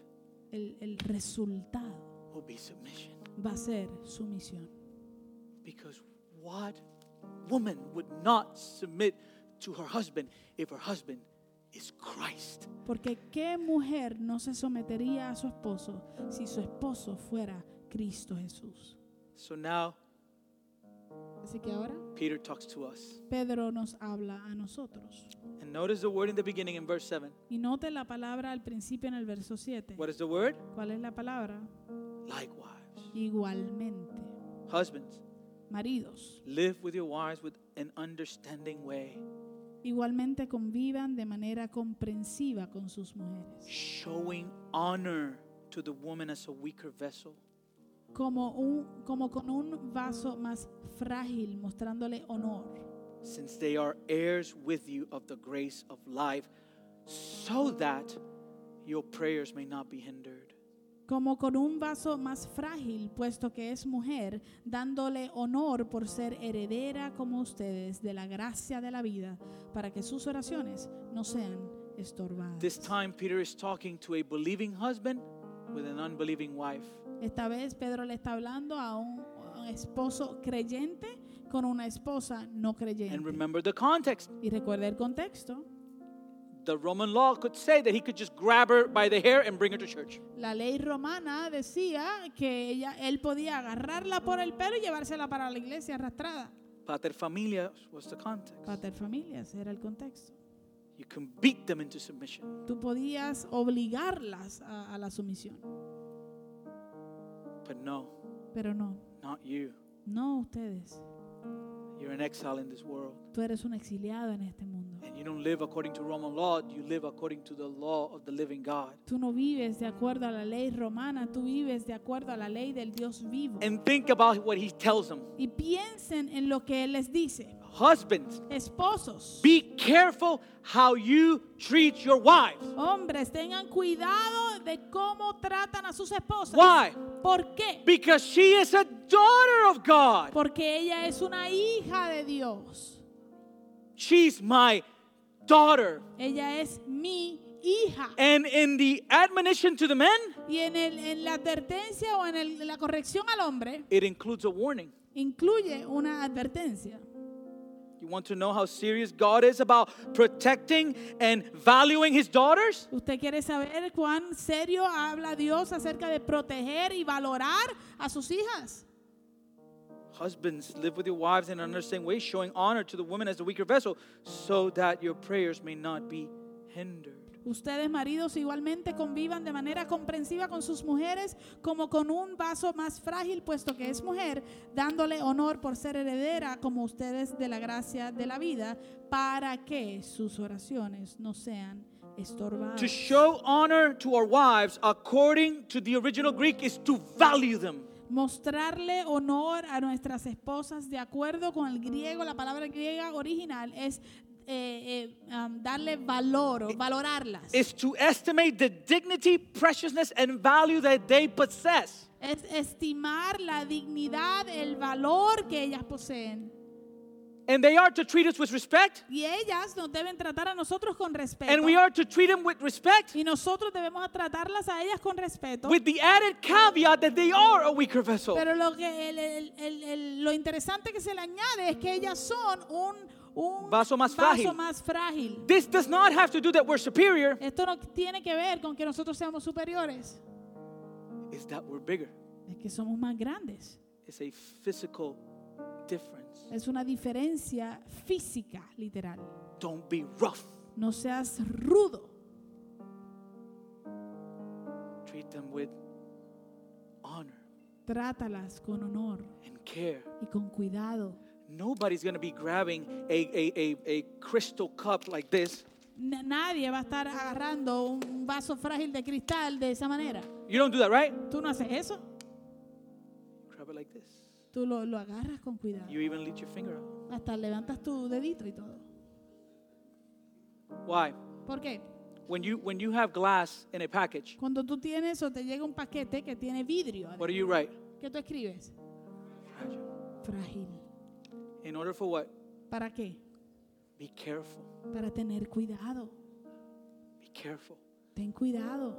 A: el, el resultado
B: will be submission.
A: va a ser sumisión.
B: Because what woman would not submit to her husband if her husband is Christ?
A: Porque ¿qué mujer no se sometería a su esposo si su esposo fuera Cristo Jesús?
B: So now
A: Así que ahora
B: Peter talks to us.
A: Pedro nos habla a nosotros.
B: And notice the word in the beginning in verse 7.
A: Y note la palabra al principio en el verso 7.
B: What is the word?
A: ¿Cuál es la palabra?
B: Likewise.
A: Igualmente.
B: Husbands,
A: Maridos,
B: live with your wives with an understanding way,
A: igualmente convivan de manera comprensiva con sus mujeres,
B: showing honor to the woman as a weaker vessel.
A: como, un, como con un vaso más frágil, mostrándole honor,
B: since they are heirs with you of the grace of life, so that your prayers may not be hindered.
A: como con un vaso más frágil, puesto que es mujer, dándole honor por ser heredera como ustedes de la gracia de la vida, para que sus oraciones no sean estorbadas.
B: This time, Peter is talking to a believing husband with an unbelieving wife.
A: Esta vez Pedro le está hablando a un, a un esposo creyente con una esposa no
B: And
A: creyente.
B: remember the context.
A: Y recuerda el contexto.
B: The Roman law could say that he could just grab her by the hair and bring her to church.
A: La ley romana decía que ella, él podía agarrarla por el pelo y llevársela para la iglesia arrastrada.
B: Pater familias was the context.
A: Pater familias era el contexto.
B: You can beat them into submission.
A: Tú podías obligarlas a, a la sumisión,
B: But no,
A: pero no,
B: not you.
A: no ustedes.
B: You're an exile in this world.
A: Tú eres un exiliado en este mundo.
B: And you don't live according to Roman law, you live according to the law of the living God.
A: Tú no vives de acuerdo a la ley romana, tú vives de acuerdo a la ley del Dios vivo.
B: and think about what he tells them.
A: y piensen en lo que él les dice.
B: Husbands,
A: Esposos,
B: be careful how you treat your wives.
A: hombres, tengan cuidado de cómo tratan a sus esposas.
B: Why?
A: ¿Por qué?
B: Because she is a daughter of God.
A: Porque ella es una hija de Dios.
B: She's my daughter.
A: Ella es mi hija.
B: And in the admonition to the men,
A: Y en, el- en la advertencia o en el- la corrección al hombre
B: it includes a warning.
A: incluye una advertencia.
B: You want to know how serious God is about protecting and valuing his daughters?
A: ¿Usted quiere saber cuán serio habla Dios acerca de proteger y valorar a sus hijas?
B: Husbands, live with your wives in an understanding way, showing honor to the woman as the weaker vessel, so that your prayers may not be hindered.
A: Ustedes maridos igualmente convivan de manera comprensiva con sus mujeres como con un vaso más frágil puesto que es mujer, dándole honor por ser heredera como ustedes de la gracia de la vida, para que sus oraciones no sean estorbar.
B: To show honor to our wives, according to the original Greek, is to value them.
A: Mostrarle honor a nuestras esposas de acuerdo con el griego, la palabra griega original es eh, eh, um, darle valor o valorarlas.
B: is to estimate the dignity, preciousness, and value that they possess.
A: es estimar la dignidad, el valor que ellas poseen.
B: And they are to treat us with respect,
A: Y ellas nos deben tratar a nosotros con respeto.
B: and we are to treat them with respect,
A: y nosotros debemos tratarlas a ellas con respeto.
B: with the added caveat that they are a weaker vessel.
A: Pero lo, que, el- el- el- el- lo interesante que se le añade es que ellas son un, un
B: Vaso más frágil.
A: más frágil.
B: This does not have to do that we're superior,
A: Esto no tiene que ver con que nosotros seamos superiores.
B: it's that we're bigger.
A: Es que somos más grandes.
B: It's a physical difference.
A: Es una diferencia física, literal.
B: Don't be rough,
A: No seas rudo.
B: treat them with honor
A: Trátalas con honor
B: and care.
A: y con cuidado.
B: Nobody's gonna be grabbing a, a, a, a crystal cup like this.
A: Na- Nadie va a estar agarrando un vaso frágil de cristal de esa manera.
B: You don't do that, right?
A: Tú no haces eso.
B: Grab it like this.
A: Tú lo, lo agarras con cuidado.
B: You even let your finger out.
A: Hasta levantas tu dedito y todo.
B: Why?
A: ¿Por qué?
B: When you when you have glass in a package,
A: Cuando tú tienes o te llega un paquete que tiene vidrio,
B: what do you write?
A: ¿qué tú escribes?
B: Fragile.
A: Frágil.
B: In order for what?
A: ¿Para qué?
B: Be careful.
A: Para tener cuidado.
B: Be careful.
A: Ten cuidado.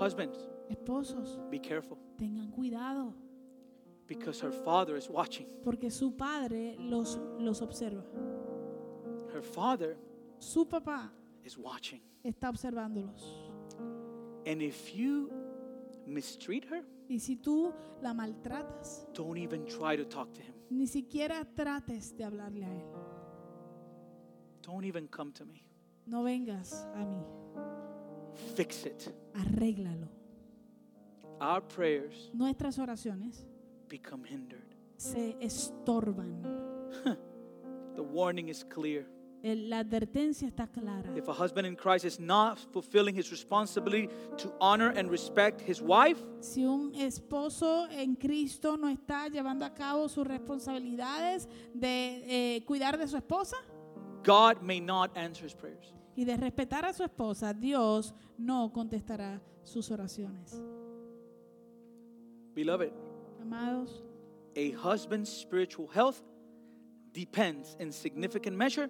B: Husbands,
A: Esposos,
B: be careful
A: tengan cuidado.
B: because her father is watching.
A: Porque su padre los, los observa.
B: Her father
A: Su papá
B: is watching.
A: está observándolos.
B: And if you mistreat her,
A: Y si tú la maltratas,
B: don't even try to talk to him.
A: ni siquiera trates de hablarle a él.
B: Don't even come to me.
A: No vengas a mí.
B: Fix it.
A: Arréglalo.
B: Our prayers
A: Nuestras oraciones
B: become hindered.
A: se estorban.
B: The warning is clear.
A: El- La advertencia está clara.
B: If a husband in Christ is not fulfilling his responsibility to honor and respect his wife,
A: Si un esposo en Cristo no está llevando a cabo sus responsabilidades de eh, cuidar de su esposa
B: God may not answer his prayers.
A: y de respetar a su esposa, Dios no contestará sus oraciones.
B: Beloved,
A: Amados,
B: a husband's spiritual health depends in significant measure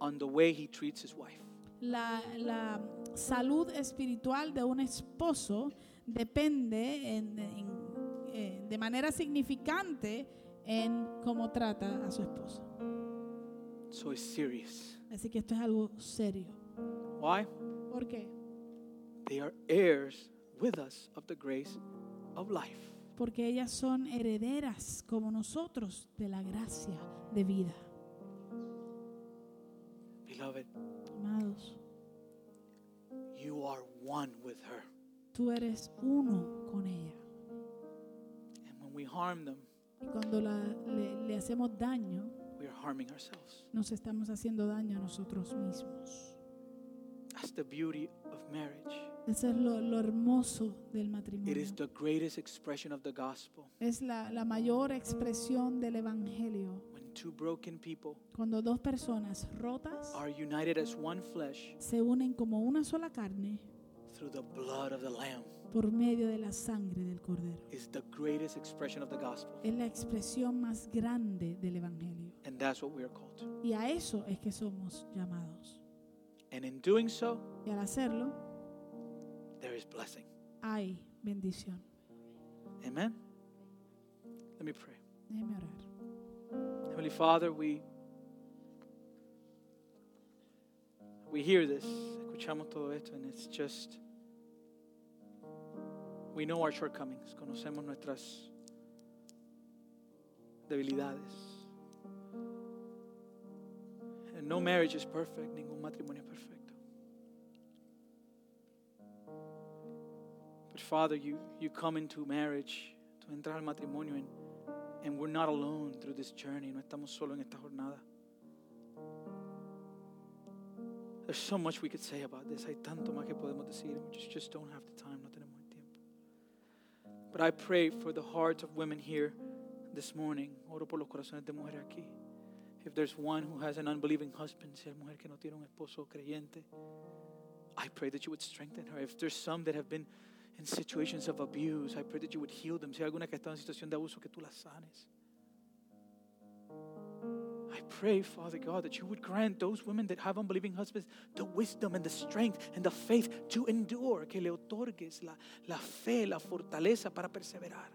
B: on the way he treats his wife.
A: La, la salud espiritual de un esposo depende en- en, eh, de manera significante en cómo trata a su esposa.
B: So it's serious.
A: Así que esto es algo serio.
B: Why?
A: ¿Por qué?
B: They are heirs with us of the grace of life.
A: Porque ellas son herederas como nosotros de la gracia de vida.
B: Beloved,
A: Amados,
B: you are one with her.
A: tú eres uno con ella.
B: And when we harm them,
A: Y cuando la- le- le hacemos daño,
B: we are harming ourselves.
A: nos estamos haciendo daño a nosotros mismos.
B: That's the beauty of marriage.
A: Eso es lo, lo hermoso del
B: It
A: matrimonio.
B: is the greatest expression of the gospel
A: Es la, la mayor expresión del Evangelio.
B: when two broken people
A: Cuando dos personas rotas
B: are united as one flesh
A: se unen como una sola carne
B: through the blood of the Lamb.
A: por medio de la sangre del Cordero.
B: is the greatest expression of the gospel.
A: Es la expresión más grande del Evangelio.
B: And that's what we are called to.
A: Y a eso es que somos llamados.
B: And in doing so,
A: Y al hacerlo,
B: there is blessing.
A: hay bendición.
B: Amen. Let me pray.
A: Déjeme orar.
B: Heavenly Father, we we hear this. Escuchamos todo esto and it's just we know our shortcomings. Conocemos nuestras debilidades. And no marriage is perfect, ningún matrimonio es perfecto. But Father, you, you come into marriage, to entrar al matrimonio and and we're not alone through this journey. No estamos solo en esta jornada. There's so much we could say about this. Hay tanto más que podemos decir. We just, just don't have the time. No tenemos el tiempo. But I pray for the hearts of women here this morning. Oro por los corazones de mujeres aquí. If there's one who has an unbelieving husband, si hay mujer que no tiene un esposo creyente, I pray that you would strengthen her. If there's some that have been in situations of abuse, I pray that you would heal them. Si hay alguna que está en situación de abuso, que tú la sanes. I pray, Father God, that you would grant those women that have unbelieving husbands the wisdom and the strength and the faith to endure. Que le otorgues la, la fe, la fortaleza para perseverar.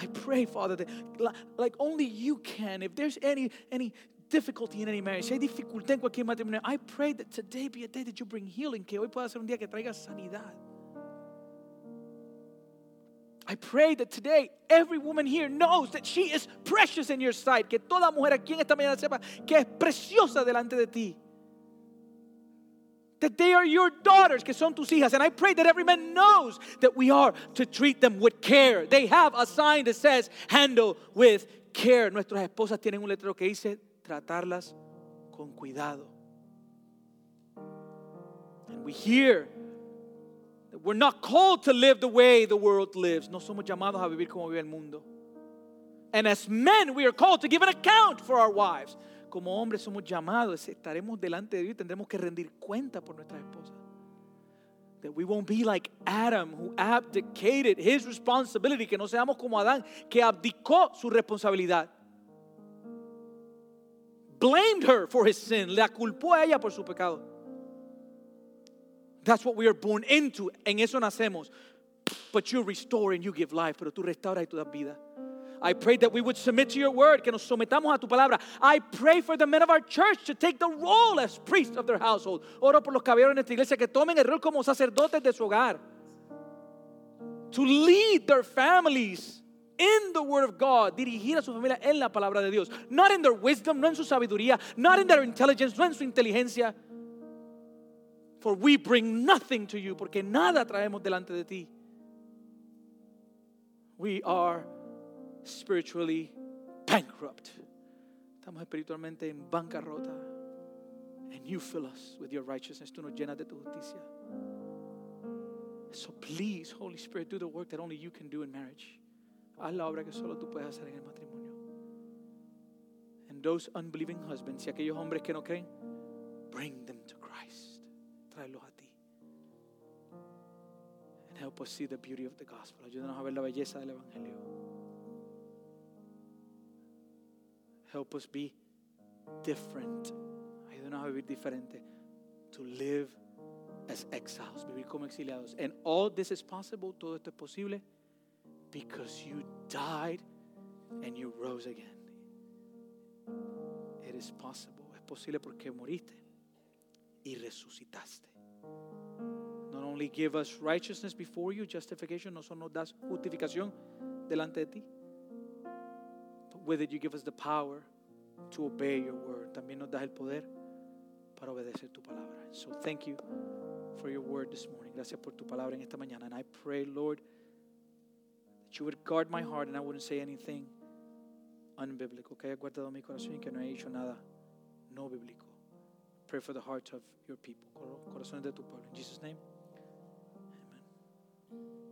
B: I pray, Father, that li- like only you can, if there's any any difficulty in any marriage, si hay dificultad en cualquier matrimonio, I pray that today be a day that you bring healing, que hoy pueda ser un día que traiga sanidad. I pray that today every woman here knows that she is precious in your sight. Que toda mujer aquí en esta mañana sepa que es preciosa delante de ti. That they are your daughters, que son tus hijas. And I pray that every man knows that we are to treat them with care. They have a sign that says, handle with care. Nuestras esposas tienen un letrero que dice, tratarlas con cuidado. And we hear that We're not called to live the way the world lives. No somos llamados a vivir como vive el mundo. And as men, we are called to give an account for our wives. Como hombres somos llamados, estaremos delante de Dios y tendremos que rendir cuenta por nuestras esposas. That we won't be like Adam who abdicated his responsibility, que no seamos como Adán que abdicó su responsabilidad. Blamed her for his sin, la culpó a ella por su pecado. That's what we are born into. En eso nacemos. But you restore and you give life. Pero tú restauras y tú das vida. I pray that we would submit to your word, que nos sometamos a tu palabra. I pray for the men of our church to take the role as priests of their household. Oro por los caballeros en esta iglesia que tomen el rol como sacerdotes de su hogar. To lead their families in the word of God, dirigir a su familia en la palabra de Dios. Not in their wisdom, no en su sabiduría, not in their intelligence, no en su inteligencia. For we bring nothing to you, porque nada traemos delante de ti. We are spiritually bankrupt. Estamos espiritualmente en bancarrota. And you fill us with your righteousness. Tú nos llenas de tu justicia. So please, Holy Spirit, do the work that only you can do in marriage. Haz la obra que solo tú puedes hacer en el matrimonio. And those unbelieving husbands, y aquellos hombres que no creen, bring them to Christ. Tráelos a ti. And help us see the beauty of the gospel. Ayúdanos a ver la belleza del evangelio. Help us be different. Ayúdanos a vivir diferente. To live as exiles, vivir como exiliados. And all this is possible, todo esto es posible, because you died and you rose again. It is possible. Es posible porque moriste y resucitaste. Not only give us righteousness before you, justification, no solo nos das justificación delante de ti, but with it you give us the power to obey your word. También nos das el poder para obedecer tu palabra. So thank you for your word this morning. Gracias por tu palabra en esta mañana. And I pray, Lord, that you would guard my heart and I wouldn't say anything unbiblical. Que haya guardado mi corazón y que no haya dicho nada no bíblico. Pray for the hearts of your people. Cor- Corazones de tu pueblo. In Jesus' name. Amen.